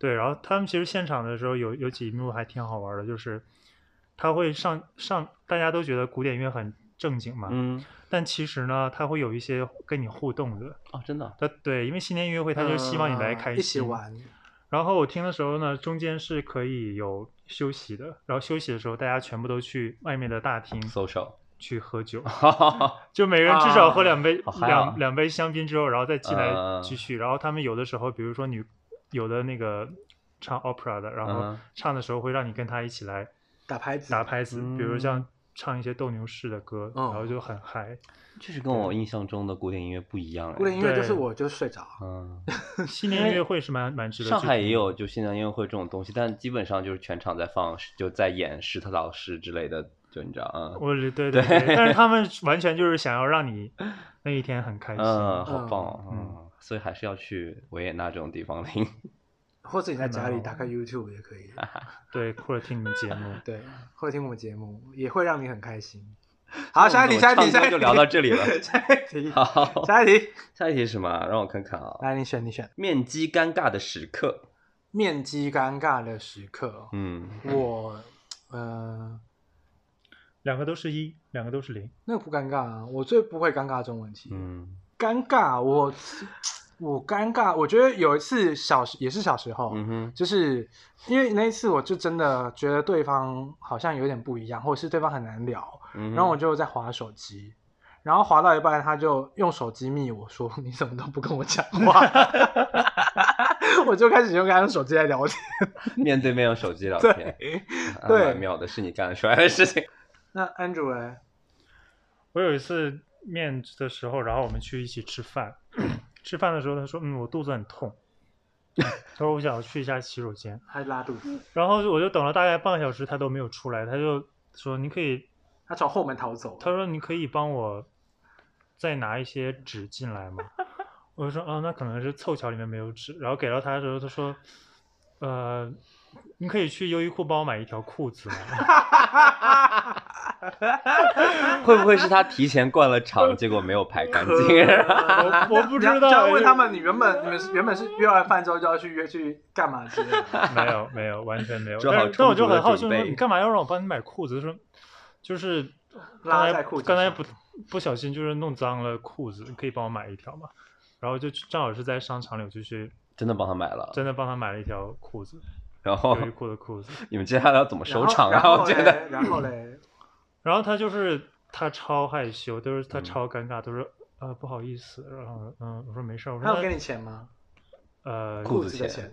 Speaker 1: 对。然后他们其实现场的时候有有几幕还挺好玩的，就是他会上上，大家都觉得古典乐很正经嘛，
Speaker 3: 嗯，
Speaker 1: 但其实呢，他会有一些跟你互动的。
Speaker 3: 哦，真的，
Speaker 1: 他对，因为新年音乐会，他就希望你来
Speaker 2: 嗯
Speaker 1: 开心、
Speaker 2: 一起玩。
Speaker 1: 然后我听的时候呢，中间是可以有休息的，然后休息的时候大家全部都去外面的大厅
Speaker 3: social，
Speaker 1: 去喝酒，
Speaker 3: 哈哈哈
Speaker 1: 就每个人至少喝
Speaker 2: 啊
Speaker 1: 两杯、
Speaker 3: 好嗨啊
Speaker 1: 两两杯香槟之后，然后再进来
Speaker 3: 嗯
Speaker 1: 继续。然后他们有的时候，比如说女有的那个唱 opera 的，然后
Speaker 3: 嗯
Speaker 1: 唱的时候会让你跟他一起来
Speaker 2: 打拍子，
Speaker 1: 打拍子，比如像
Speaker 3: 嗯
Speaker 1: 唱一些斗牛士的歌，
Speaker 2: 嗯
Speaker 1: 然后就很 嗨。
Speaker 3: 确实跟我印象中的古典音乐不一样哎。
Speaker 2: 古典音乐就是
Speaker 1: 对
Speaker 2: 我就睡着，
Speaker 3: 嗯，
Speaker 1: 新年音乐会是蛮蛮值得去
Speaker 3: 上
Speaker 1: 听的。
Speaker 3: 海也有就新年音乐会这种东西，但基本上就是全场在放，就在演史特劳斯之类的，就你知道啊。嗯
Speaker 1: 我理对对对，但是他们完全就是想要让你那一天很开心。
Speaker 3: 嗯嗯，好棒哦，
Speaker 1: 嗯
Speaker 3: 嗯，所以还是要去维也纳这种地方听。
Speaker 2: 或者你在家里打
Speaker 1: 太
Speaker 2: 开 YouTube 也可以，，
Speaker 1: 对，或者听你们节目
Speaker 2: 对，或者听我们节目也会让你很开心。好，下一题，下一
Speaker 3: 哦那我
Speaker 2: 题，
Speaker 3: 们唱
Speaker 2: 下一题
Speaker 3: 歌就聊到这里了
Speaker 2: 下一题，
Speaker 3: 好，
Speaker 2: 下一题，
Speaker 3: 下一题是什么？让我看看啊，
Speaker 2: 来你选，你选。
Speaker 3: 面基尴尬的时刻。
Speaker 2: 面基尴尬的时刻，哦
Speaker 3: 嗯，
Speaker 2: 我，呃，
Speaker 1: 两个都是一，两个都是零，
Speaker 2: 那不尴尬啊，我最不会尴尬这种问题。
Speaker 3: 嗯
Speaker 2: 尴尬，我我尴尬，我觉得有一次小时也是小时候，
Speaker 3: 嗯哼，
Speaker 2: 就是因为那一次我就真的觉得对方好像有点不一样，或者是对方很难聊，
Speaker 3: 嗯哼
Speaker 2: 然后我就在划手机。然后划到一半，他就用手机密我说：“ 你怎么都不跟我讲 话？”我就开始用他用手机来聊天。
Speaker 3: 面对面用手机聊天，
Speaker 2: 对，
Speaker 3: 啊
Speaker 2: 对
Speaker 3: 蛮妙的，是你干得出来的事 情。
Speaker 2: 那 Andrew 嘞？
Speaker 1: 我有一次面的时候，然后我们去一起吃饭，吃饭的时候他说：“嗯，我肚子很痛。”嗯他说：“我想去一下洗手间。
Speaker 2: 他拉肚子，”
Speaker 1: 然后我就等了大概半个小时，他都没有出来，他就说：“你可以，
Speaker 2: 他从后门逃走
Speaker 1: 他
Speaker 2: 了。
Speaker 1: 说你可以帮我再拿一些纸进来吗？”我就说：“哦，那可能是凑巧里面没有纸。”然后给到他的时候，他说：“呃，你可以去优衣库帮我买一条裤子吗？”
Speaker 3: 会不会是他提前灌了场，结果没有排 干净？
Speaker 1: 我我不知道
Speaker 2: 就要问
Speaker 1: 哎
Speaker 2: 他们，你原本你们是原本是约完饭之后就要去约去干嘛之类 的？
Speaker 1: 没有，没有，完全没有。
Speaker 3: 做好
Speaker 1: 但是但我
Speaker 3: 充
Speaker 1: 就
Speaker 3: 足的
Speaker 1: 很好奇，
Speaker 3: 准
Speaker 1: 我说
Speaker 3: 备
Speaker 1: 你干嘛要让我帮你买裤子？他说就是刚
Speaker 2: 拉在
Speaker 1: 才
Speaker 2: 裤子
Speaker 1: 刚才
Speaker 2: 上
Speaker 1: 不不小心就是弄脏了裤子，你可以帮我买一条吗？然后就去正好是在商场里，我就去
Speaker 3: 真的帮他买了，
Speaker 1: 真的帮他买了一条裤子，
Speaker 3: 然后
Speaker 1: 优衣库的裤子。
Speaker 3: 你们接下来要怎么收场
Speaker 2: 然
Speaker 3: 啊？
Speaker 2: 后
Speaker 3: 我觉得，
Speaker 2: 然后嘞，然后嘞，
Speaker 1: 然后他就是他超害羞，都是他
Speaker 3: 嗯
Speaker 1: 超尴尬，都是呃不好意思，然后嗯我说没事儿，我
Speaker 2: 他有
Speaker 1: 说
Speaker 2: 给
Speaker 1: 那
Speaker 2: 你钱吗？
Speaker 1: 呃
Speaker 3: 裤子啊
Speaker 2: 的
Speaker 3: 钱
Speaker 2: 钱，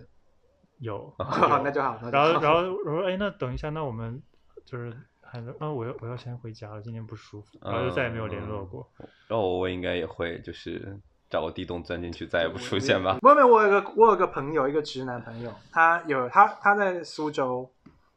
Speaker 1: 有，
Speaker 2: 好，
Speaker 1: 有
Speaker 2: 那就好，那就
Speaker 1: 然后，
Speaker 2: 好。
Speaker 1: 然后我说，哎，那等一下，那我们就是还能，啊，我要我要先回家了，今天不舒服，然后就再也没有联络
Speaker 2: 嗯
Speaker 1: 过。
Speaker 3: 然后我应该也会就是找个地洞钻进去，再哎也不出现吧。
Speaker 2: 没有没有，我有个我有个朋友，一个直男朋友，他有他他在苏州，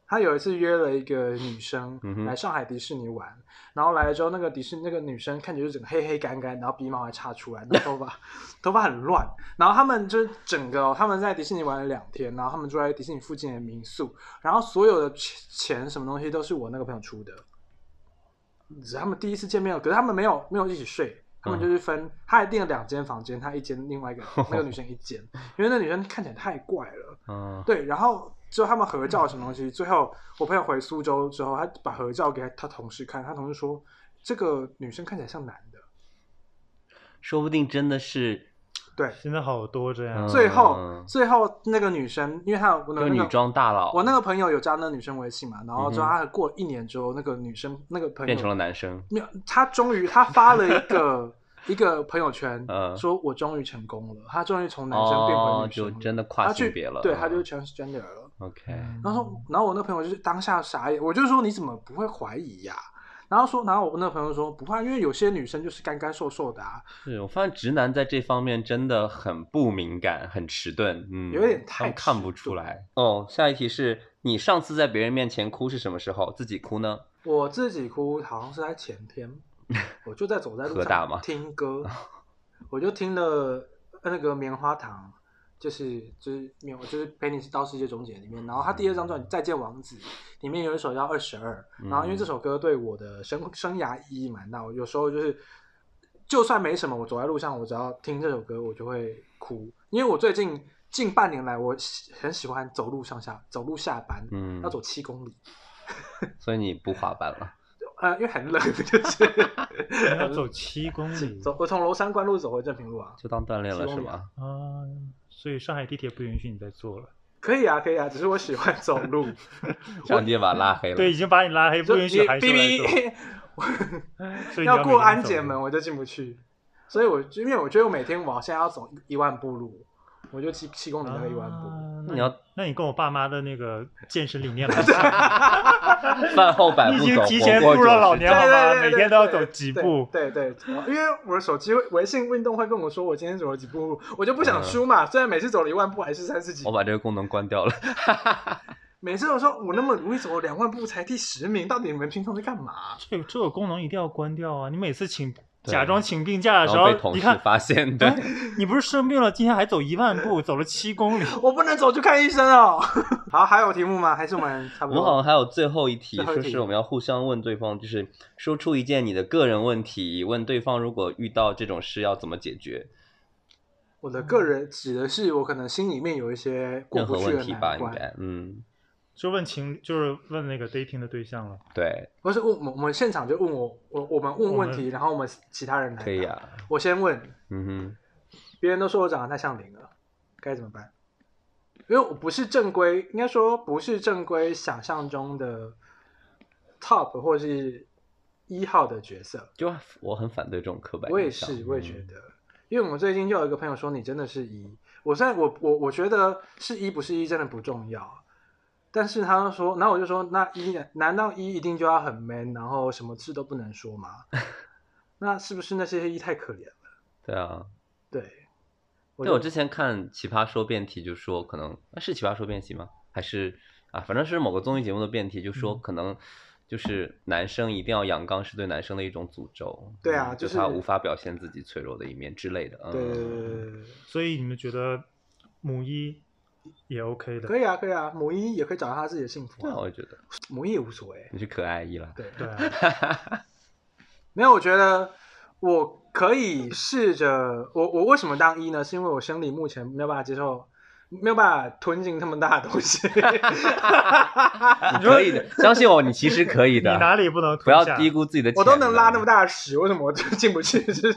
Speaker 2: 他有一次约了一个女生
Speaker 3: 嗯哼
Speaker 2: 来上海迪士尼玩，然后来了之后，那个迪士那个女生看起来就整个黑黑干干，然后鼻毛还插出来，然后头发 头发很乱，然后他们就是整个哦他们在迪士尼玩了两天，然后他们住在迪士尼附近的民宿，然后所有的钱钱什么东西都是我那个朋友出的，只是他们第一次见面，可是他们没有没有一起睡，他们就是
Speaker 3: 嗯
Speaker 2: 分，他还订了两间房间，他一间，另外一个那个女生一间，因为那女生看起来太怪了。
Speaker 3: 嗯，
Speaker 2: 对，然后之后他们合照什么东西，最后我朋友回苏州之后，他把合照给他同事看，他同事说这个女生看起来像男的。
Speaker 3: 说不定真的是
Speaker 2: 对，
Speaker 1: 现在好多这样
Speaker 3: 嗯，
Speaker 2: 最后最后那个女生，因为她我
Speaker 3: 就
Speaker 2: 的
Speaker 3: 女
Speaker 2: 那个。
Speaker 3: 装大佬，
Speaker 2: 我那个朋友有加那个女生微信嘛，然后之后
Speaker 3: 嗯哼
Speaker 2: 他过一年之后，那个女生那个朋友
Speaker 3: 变成了男生。
Speaker 2: 没有，他终于他发了一个 一个朋友圈，
Speaker 3: 嗯
Speaker 2: 说我终于成功了，他终于从男生变回
Speaker 3: 哦，
Speaker 2: 女生
Speaker 3: 就
Speaker 2: 了，
Speaker 3: 真的
Speaker 2: 他
Speaker 3: 跨
Speaker 2: 去嗯
Speaker 3: 性别了。
Speaker 2: 对，
Speaker 3: 嗯
Speaker 2: 他就是 transgender 了。
Speaker 3: OK。
Speaker 1: 嗯
Speaker 2: 然后说，然后我那朋友就是当下傻眼，我就说你怎么不会怀疑呀、然后说，然后我那朋友说不啊怕，因为有些女生就是干干瘦瘦的啊，
Speaker 3: 是我发现直男在这方面真的很不敏感，很迟钝，嗯，
Speaker 2: 有点
Speaker 3: 他
Speaker 2: 太
Speaker 3: 们看不
Speaker 2: 迟
Speaker 3: 出
Speaker 2: 钝
Speaker 3: 来。哦，下一题是你上次在别人面前哭是什么时候？自己哭呢？
Speaker 2: 我自己哭好像是在前 天，我就在走在路
Speaker 3: 喝大吗
Speaker 2: 上
Speaker 3: 哦
Speaker 2: 听 歌，我就听了呃那个棉花糖，就是就是棉就是陪你到世界终结里面，然后他第二张
Speaker 3: 嗯
Speaker 2: 专辑《再见王子》里面有一首叫《二十二》，然后因为这首歌对我的生生涯意义蛮大，我有时候就是就算没什么，我走在路上，我只要听这首歌，我就会哭，因为我最近近半年来，我喜很喜欢走路上下走路下班，
Speaker 3: 嗯，
Speaker 2: 要走七公里。
Speaker 3: 所以你不滑板了？
Speaker 2: 呃，因为很冷，就是
Speaker 1: 你 要走七公里
Speaker 2: 走，我从娄山关路走回正平路啊，
Speaker 3: 就当锻炼了
Speaker 2: 希
Speaker 3: 是
Speaker 2: 望
Speaker 3: 吗？
Speaker 1: 啊，所以上海地铁不允许你再坐了。
Speaker 2: 可以啊，可以啊，只是我喜欢走 路，
Speaker 3: 上帝把拉黑了。
Speaker 1: 对，已经把你拉黑，
Speaker 2: 就
Speaker 1: 不
Speaker 2: 你
Speaker 1: 允许还是
Speaker 2: 哔
Speaker 1: 来坐。
Speaker 2: 哔，我
Speaker 1: 所以你
Speaker 2: 要
Speaker 1: 每
Speaker 2: 过
Speaker 1: 天
Speaker 2: 安
Speaker 1: 走
Speaker 2: 检
Speaker 1: 路
Speaker 2: 门，我就进不去，所以我因为我觉得我每天我现在要走一万步路，我就七七公里到一万步，
Speaker 1: 啊
Speaker 3: 你要
Speaker 1: 那你跟我爸妈的那个健身理 念蛮像，
Speaker 3: 饭后百
Speaker 1: 你已
Speaker 3: 步
Speaker 1: 经
Speaker 3: 走，
Speaker 1: 提
Speaker 3: 活
Speaker 1: 前
Speaker 3: 过
Speaker 1: 步入
Speaker 3: 90
Speaker 1: 老年
Speaker 2: 对
Speaker 1: 好
Speaker 2: 对
Speaker 1: 吧
Speaker 2: 对对
Speaker 1: 每天都要走几
Speaker 2: 对
Speaker 1: 步
Speaker 2: 对对，因为我的手机会微信运动会跟我说我今天走了几步路，我就不
Speaker 1: 嗯
Speaker 2: 想输嘛，虽然每次走了一万步还是三十几步
Speaker 3: 我，把这个功能关 掉了。
Speaker 2: 每次都说我那么努力走了两万步才第十名，到底你们平常在干嘛？
Speaker 1: 这个这个功能一定要关掉啊！你每次请
Speaker 3: 对
Speaker 1: 假装请病假的
Speaker 3: 然
Speaker 1: 时
Speaker 3: 后被
Speaker 1: 候，
Speaker 3: 同
Speaker 1: 你
Speaker 3: 事
Speaker 1: 看
Speaker 3: 发现，对，
Speaker 1: 哎
Speaker 2: 哎
Speaker 1: 你不是生病了，今天还走一万步，走了七公里。
Speaker 2: 我不能走去看医生哦。 好，还有题目吗？还是我们差
Speaker 3: 我
Speaker 2: 不
Speaker 3: 们好啊
Speaker 2: 多？
Speaker 3: 像还有最后一题，
Speaker 2: 最后一
Speaker 3: 说
Speaker 2: 题
Speaker 3: 是我们要互相问对方，就是说出一件你的个人问题，问对方如果遇到这种事要怎么解决，
Speaker 2: 我的个人指的是我可能心里面有一些过
Speaker 3: 任何
Speaker 2: 不去
Speaker 3: 问
Speaker 2: 的
Speaker 3: 题吧，
Speaker 2: 难
Speaker 3: 应
Speaker 2: 关，
Speaker 3: 该，嗯，
Speaker 1: 就问情，就是问那个 dating 的对象了。
Speaker 3: 对，
Speaker 2: 不是问我们我们现场就问我我我们问问
Speaker 1: 我
Speaker 2: 题，
Speaker 1: 们
Speaker 2: 然后我们其他人来。
Speaker 3: 嗯可以。啊，
Speaker 2: 我先问，
Speaker 3: 嗯哼，
Speaker 2: 别人都说我长得太像零了，该怎么办？因为我不是正规，应该说不是正规想象中的 top 或是一号的角色。
Speaker 3: 就我很反对这种刻板
Speaker 2: 我也
Speaker 3: 印象，
Speaker 2: 是，我也觉
Speaker 3: 嗯
Speaker 2: 得，因为我们最近就有一个朋友说你真的是一，我现在我我我觉得是一不是一真的不重要，但是他说，然后我就说那一呢难道一一定就要很 man，然后什么事都不能说吗？那是不是那些一太可怜了？
Speaker 3: 对啊，
Speaker 2: 对，我
Speaker 3: 对我之前看《奇葩说》辩题，就说可能啊是《奇葩说》辩题吗？还是啊，反正是某个综艺节目的辩题，就说
Speaker 1: 嗯
Speaker 3: 可能就是男生一定要阳刚是对男生的一种诅咒，
Speaker 2: 对啊
Speaker 3: 嗯
Speaker 2: 就
Speaker 3: 就是他无法表现自己脆弱的一面之类的。嗯、
Speaker 2: 对对对对对对对，
Speaker 1: 所以你们觉得母一也 OK 的？
Speaker 2: 可以啊可以啊，母一也可以找到他自己的幸福
Speaker 3: 对啊，
Speaker 2: 啊
Speaker 3: 我，觉得
Speaker 2: 母一也无所谓。
Speaker 3: 你是可爱一啦。
Speaker 2: 对，
Speaker 1: 对啊，
Speaker 2: 没有，我觉得我可以试着我我为什么当一呢？是因为我生理目前没有办法接受，没有办法吞进他们大的东西。啊
Speaker 3: 你可以的，相信我，你其实可以
Speaker 1: 你 哪
Speaker 3: 的，
Speaker 1: 里不能
Speaker 3: 不
Speaker 1: 吞
Speaker 3: 要
Speaker 1: 下
Speaker 3: 低估自己的。
Speaker 2: 我都能拉那么，大的屎，为什么我就进不去？就是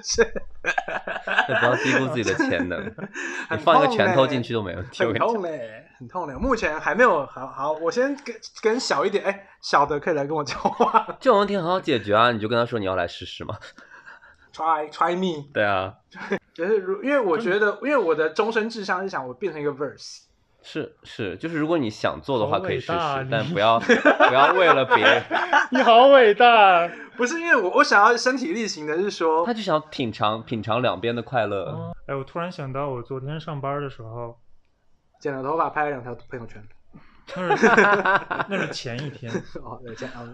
Speaker 3: 不要低估自己的 潜能。你
Speaker 2: 很
Speaker 3: 放一个
Speaker 2: 痛
Speaker 3: 拳头
Speaker 2: 嘞
Speaker 3: 进去都没问题。我
Speaker 2: 很
Speaker 3: 跟你
Speaker 2: 痛
Speaker 3: 讲
Speaker 2: 嘞，很痛嘞。目前还没有好好，我先跟跟小一点，哎，小的可以来跟我交换
Speaker 3: 这种问题很好解决啊，你就跟他说你要来试试嘛。
Speaker 2: ，try try me。
Speaker 3: 对啊，
Speaker 2: 就是如因为我觉得，因为我的终身志向是想我变成一个 verse。
Speaker 3: 是是，就是如果你想做的
Speaker 1: 好
Speaker 3: 话，可
Speaker 1: 伟
Speaker 3: 以试
Speaker 1: 大
Speaker 3: 试
Speaker 1: 啊，
Speaker 3: 但
Speaker 1: 你
Speaker 3: 不要不要为了别人，
Speaker 1: 你好伟 大！
Speaker 2: 不是因为我我想要身体力行的是说
Speaker 3: 他，就想品尝品尝两边的快乐。
Speaker 1: 哎，我突然想到，我昨天上班的时候，
Speaker 2: 剪了头发拍了两条朋友圈。
Speaker 1: 那 是那是前一天，
Speaker 2: 哦，对，这样哦，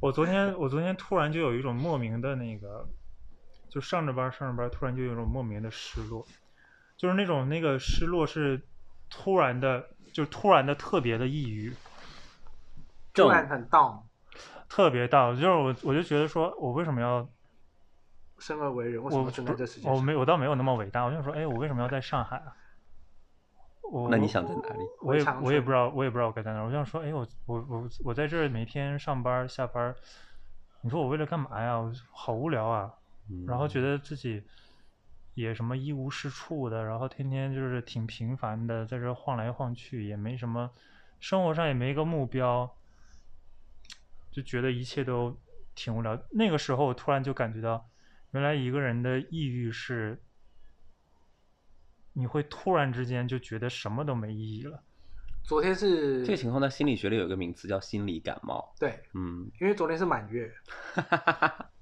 Speaker 1: 我昨天我昨天突然就有一种莫名的那个，就上着班上着班，突然就有一种莫名的失落，就是那种那个失落是突然的，就突然的特别的抑郁，
Speaker 3: 这
Speaker 2: 突
Speaker 3: 种
Speaker 2: 然很 down，
Speaker 1: 特别到，就是我我就觉得说我为什么要
Speaker 2: 生而为人，为什
Speaker 1: 我
Speaker 2: 么存在
Speaker 1: 不
Speaker 2: 这世界
Speaker 1: 我
Speaker 2: 上？
Speaker 1: 没我倒没有那么伟大，我就说哎，我为什么要在上海啊？我
Speaker 3: 那你
Speaker 1: 我
Speaker 3: 想在哪里？
Speaker 1: 我也
Speaker 2: 回长
Speaker 1: 我也
Speaker 2: 春
Speaker 1: 不知道，我也不知道我该在哪儿。我就想说，哎，我我我我在这儿每天上班儿下班儿，你说我为了干嘛呀？我好无聊啊！
Speaker 3: 嗯
Speaker 1: 然后觉得自己也什么一无是处的，然后天天就是挺平凡的，在这儿晃来晃去，也没什么生活上也没个目标，就觉得一切都挺无聊。那个时候，我突然就感觉到，原来一个人的抑郁是，你会突然之间就觉得什么都没意义了。
Speaker 2: 昨天是
Speaker 3: 这个情况在心理学里有一个名词叫心理感冒。
Speaker 2: 对，
Speaker 3: 嗯，
Speaker 2: 因为昨天是满月，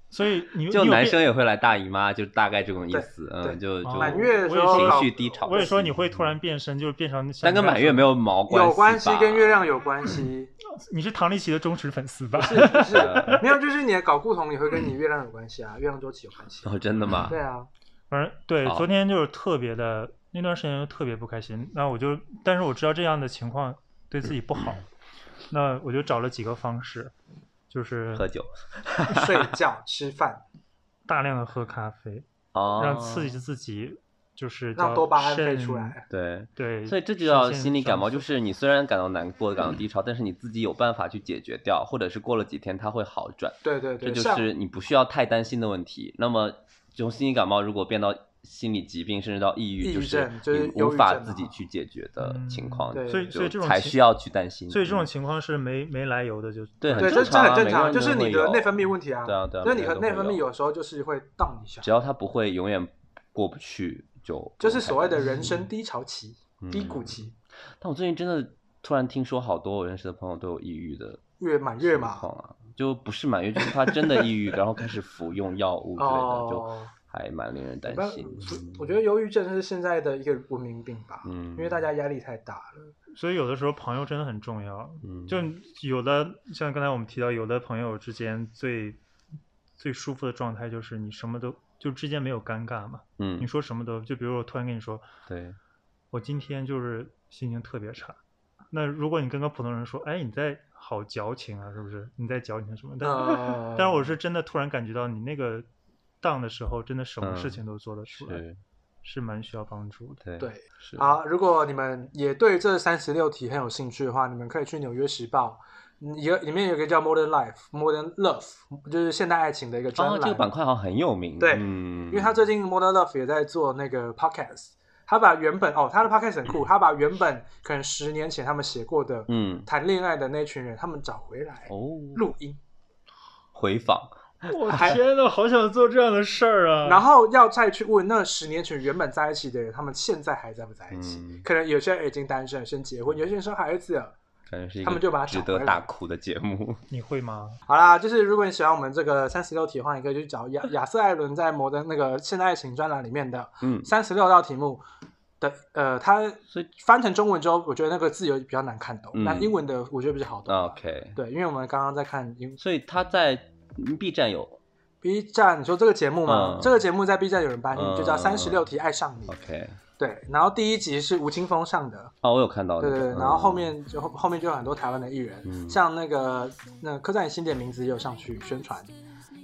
Speaker 1: 所以你
Speaker 3: 就
Speaker 1: 你有
Speaker 3: 男
Speaker 1: 变
Speaker 3: 生也会来大姨妈，就大概这种意
Speaker 2: 对
Speaker 3: 思。
Speaker 2: 对
Speaker 3: 嗯，就就
Speaker 1: 哦
Speaker 2: 满月的时
Speaker 1: 我
Speaker 2: 候
Speaker 1: 也是
Speaker 2: 搞
Speaker 3: 情绪低潮
Speaker 1: 我也说你
Speaker 3: 期
Speaker 1: 会突然变身，就是变成像
Speaker 3: 嗯但跟
Speaker 1: 你刚才
Speaker 3: 满月
Speaker 1: 说
Speaker 3: 没有毛关
Speaker 2: 有关系
Speaker 3: 吧
Speaker 2: 跟月亮有关 系，
Speaker 1: 你是唐丽奇的忠实粉丝吧？
Speaker 2: 是不是
Speaker 3: 呃？
Speaker 2: 没有，就是你的睾固酮也会跟你月亮有关系啊，月亮周期有关系。
Speaker 3: 哦，真的吗？
Speaker 2: 对啊，
Speaker 1: 反正对，
Speaker 3: 好
Speaker 1: 昨天就是特别的那段时间就特别不开心。那我就，但是我知道这样的情况对自己不 好，那我就找了几个方式，就是
Speaker 3: 喝 酒
Speaker 2: 睡觉、吃饭，
Speaker 1: 大量的喝咖啡，
Speaker 3: 哦，
Speaker 1: 让刺激自己，就是
Speaker 2: 让
Speaker 1: 叫
Speaker 2: 多巴胺飞
Speaker 1: 肾
Speaker 2: 出。来。
Speaker 3: 对。
Speaker 1: 对，
Speaker 3: 所以这就
Speaker 1: 肾
Speaker 3: 叫
Speaker 1: 腺
Speaker 3: 心理感
Speaker 1: 上
Speaker 3: 冒，
Speaker 1: 素
Speaker 3: 就是你虽然感到难过、感到低潮，但是你自己有办法去解决掉，或者是过了几天它会好转，
Speaker 2: 对对
Speaker 3: 这
Speaker 2: 对，
Speaker 3: 就
Speaker 2: 像
Speaker 3: 是你不需要太担心的问题。那么这种心理感冒如果变到心理疾病，甚至到抑
Speaker 2: 抑
Speaker 3: 郁，
Speaker 2: 郁
Speaker 3: 就是
Speaker 2: 症就是
Speaker 3: 你
Speaker 2: 忧
Speaker 3: 无
Speaker 2: 郁
Speaker 3: 法
Speaker 2: 症
Speaker 3: 自己
Speaker 2: 啊
Speaker 3: 去解决的
Speaker 1: 嗯
Speaker 3: 情况，
Speaker 2: 对
Speaker 1: 所以所以这
Speaker 3: 就
Speaker 1: 种
Speaker 3: 才
Speaker 1: 情
Speaker 3: 需要去担心。
Speaker 1: 所以这种
Speaker 3: 嗯
Speaker 1: 情况是没没来由的，就
Speaker 3: 对很
Speaker 2: 对，这
Speaker 3: 正
Speaker 2: 这
Speaker 3: 常啊
Speaker 2: 很正
Speaker 3: 每个
Speaker 2: 常，
Speaker 3: 人
Speaker 2: 就
Speaker 3: 都
Speaker 2: 是
Speaker 3: 会
Speaker 2: 你的
Speaker 3: 有
Speaker 2: 内分泌问题啊。
Speaker 3: 对啊对啊
Speaker 2: 就是你
Speaker 3: 每个
Speaker 2: 和
Speaker 3: 人都
Speaker 2: 内
Speaker 3: 会
Speaker 2: 分泌
Speaker 3: 有
Speaker 2: 有时候就是会荡一下
Speaker 3: 只，要它不会永远过不去，就
Speaker 2: 就
Speaker 3: 不
Speaker 2: 是
Speaker 3: 用太
Speaker 2: 所谓
Speaker 3: 担
Speaker 2: 的
Speaker 3: 心
Speaker 2: 人生低潮期、低谷
Speaker 3: 嗯
Speaker 2: 期，
Speaker 3: 但我最近真的突然听说好多我认识的朋友都有抑郁的
Speaker 2: 月满月
Speaker 3: 情
Speaker 2: 嘛。
Speaker 3: 况啊，就不是满月，就是他真的抑郁，然后开始服用药物之类的，就
Speaker 2: 哦，
Speaker 3: 还蛮令人担
Speaker 2: 不然
Speaker 3: 心。
Speaker 2: 我觉得忧郁症是现在的一个文明病吧，
Speaker 3: 嗯，
Speaker 2: 因为大家压力太大了。
Speaker 1: 所以有的时候朋友真的很重要。
Speaker 3: 嗯
Speaker 1: 就有的像刚才我们提到，有的朋友之间最最舒服的状态就是你什么都就之间没有尴尬嘛。你
Speaker 3: 嗯，
Speaker 1: 说什么都，就比如我突然跟你说，
Speaker 3: 对，
Speaker 1: 我今天就是心情特别差。那如果你跟个普通人说，哎，你在好矫情啊，是不是？你在矫情什么？但、
Speaker 3: 啊哦
Speaker 2: 嗯，
Speaker 1: 但是我是真的突然感觉到你那个当的时候，真的什么事
Speaker 3: 嗯
Speaker 1: 情都做得出来，
Speaker 3: 是，
Speaker 1: 是蛮需要帮助的。
Speaker 3: 对，
Speaker 2: 对，
Speaker 3: 是，
Speaker 2: 好，如果你们也对这三十六题很有兴趣的话，你们可以去《纽约时报》嗯，一个里面有一个叫《Modern Life》（Modern Love），就是现代爱情的一个专
Speaker 3: 哦，
Speaker 2: 栏。
Speaker 3: 这个板块好像很有名，
Speaker 2: 对
Speaker 3: 嗯，
Speaker 2: 因为他最近 Modern Love 也在做那个 podcast，他把原本哦，他的 podcast 很酷，他把原本可能十年前他们写过的
Speaker 3: 嗯
Speaker 2: 谈恋爱的那群人，他们找回来
Speaker 3: 哦，
Speaker 2: 录音，
Speaker 3: 回访，
Speaker 1: 我天呐，好想做这样的事儿
Speaker 3: 嗯
Speaker 1: 啊！
Speaker 2: 然后要再去问那十年前原本在一起的人，他们现在还在不在一起？
Speaker 3: 嗯
Speaker 2: 可能有些人已经单身，先结婚，有些人生孩子了。
Speaker 3: 感觉是一
Speaker 2: 他们就把
Speaker 3: 个
Speaker 2: 它
Speaker 3: 值
Speaker 2: 找回
Speaker 3: 得大
Speaker 2: 来
Speaker 3: 哭的节 目，
Speaker 1: 你会吗？
Speaker 2: 好啦，就是如果你喜欢我们这个三十六题的话，你可以去找亚亚瑟艾伦在摩登那个现代爱情专栏里面的
Speaker 3: 嗯，
Speaker 2: 三十六道题目的，呃，他
Speaker 3: 所以
Speaker 2: 翻成中文之后，我觉得那个字有比较难看懂，
Speaker 3: 嗯啊
Speaker 2: 那英文的我觉得比较好懂吧。
Speaker 3: OK，
Speaker 2: 对，因为我们刚刚在看英
Speaker 3: 所以他在 B 站有
Speaker 2: B 站，你说这个节目嘛，
Speaker 3: 嗯
Speaker 2: 这个节目在 B 站有人搬运，
Speaker 3: 嗯
Speaker 2: 就叫《三十六题爱上你》。
Speaker 3: OK，
Speaker 2: 对，然后第一集是吴青峰上的，
Speaker 3: 哦，我有看到那
Speaker 2: 对
Speaker 3: 个，
Speaker 2: 对对，
Speaker 3: 嗯
Speaker 2: 然后后面就后面就有很多台湾的艺人，
Speaker 3: 嗯
Speaker 2: 像那个那刻在你心底的名字也有上去宣传，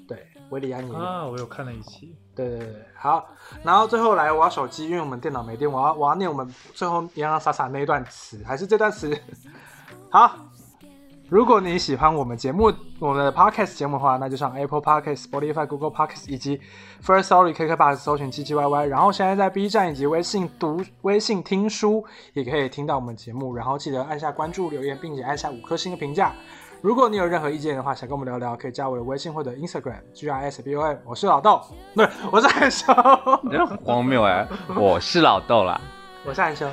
Speaker 2: 对，维里安也有。
Speaker 1: 啊，我有看了一期，
Speaker 2: 对对对，对好，然后最后来我要手机，因为我们电脑没电，我要我要念我们最后洋洋洒洒那一段词，还是这段词。好，如果你喜欢我们节目，我们的 podcast 节目的话，那就上 Apple Podcast、Spotify、Google Podcast 以及 First Story、KKBox 搜寻 GGYY，然后现在在 B 站以及微信读、微信听书也可以听到我们节目，然后记得按下关注、留言，并且按下五颗星的评价。如果你有任何意见的话，想跟我们聊聊，可以加我的微信或者 Instagram G R S B O M，我是老豆，不是，我是韩 修，
Speaker 3: 你这荒谬哎！我是老豆啦，
Speaker 2: 我是韩修，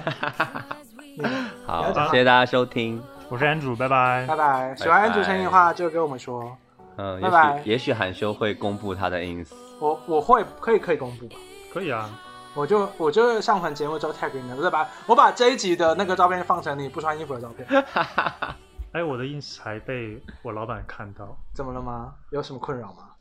Speaker 3: 好
Speaker 2: 了解，
Speaker 3: 谢谢大家收听。
Speaker 1: 我是安主，拜拜
Speaker 2: 嗯拜。拜。喜欢主声音的话，就跟我们说，
Speaker 3: 嗯，
Speaker 2: 拜拜
Speaker 3: 也许也许韩修会公布他的 ins，
Speaker 2: 我我会可以可以公布吧。
Speaker 1: 可以啊，
Speaker 2: 我就我就上传节目之后 tag 你们，我再把我把这一集的那个照片放成你不穿衣服的照片，
Speaker 1: 哎，我的 ins 还被我老板看到。
Speaker 2: 怎么了吗？有什么困扰吗？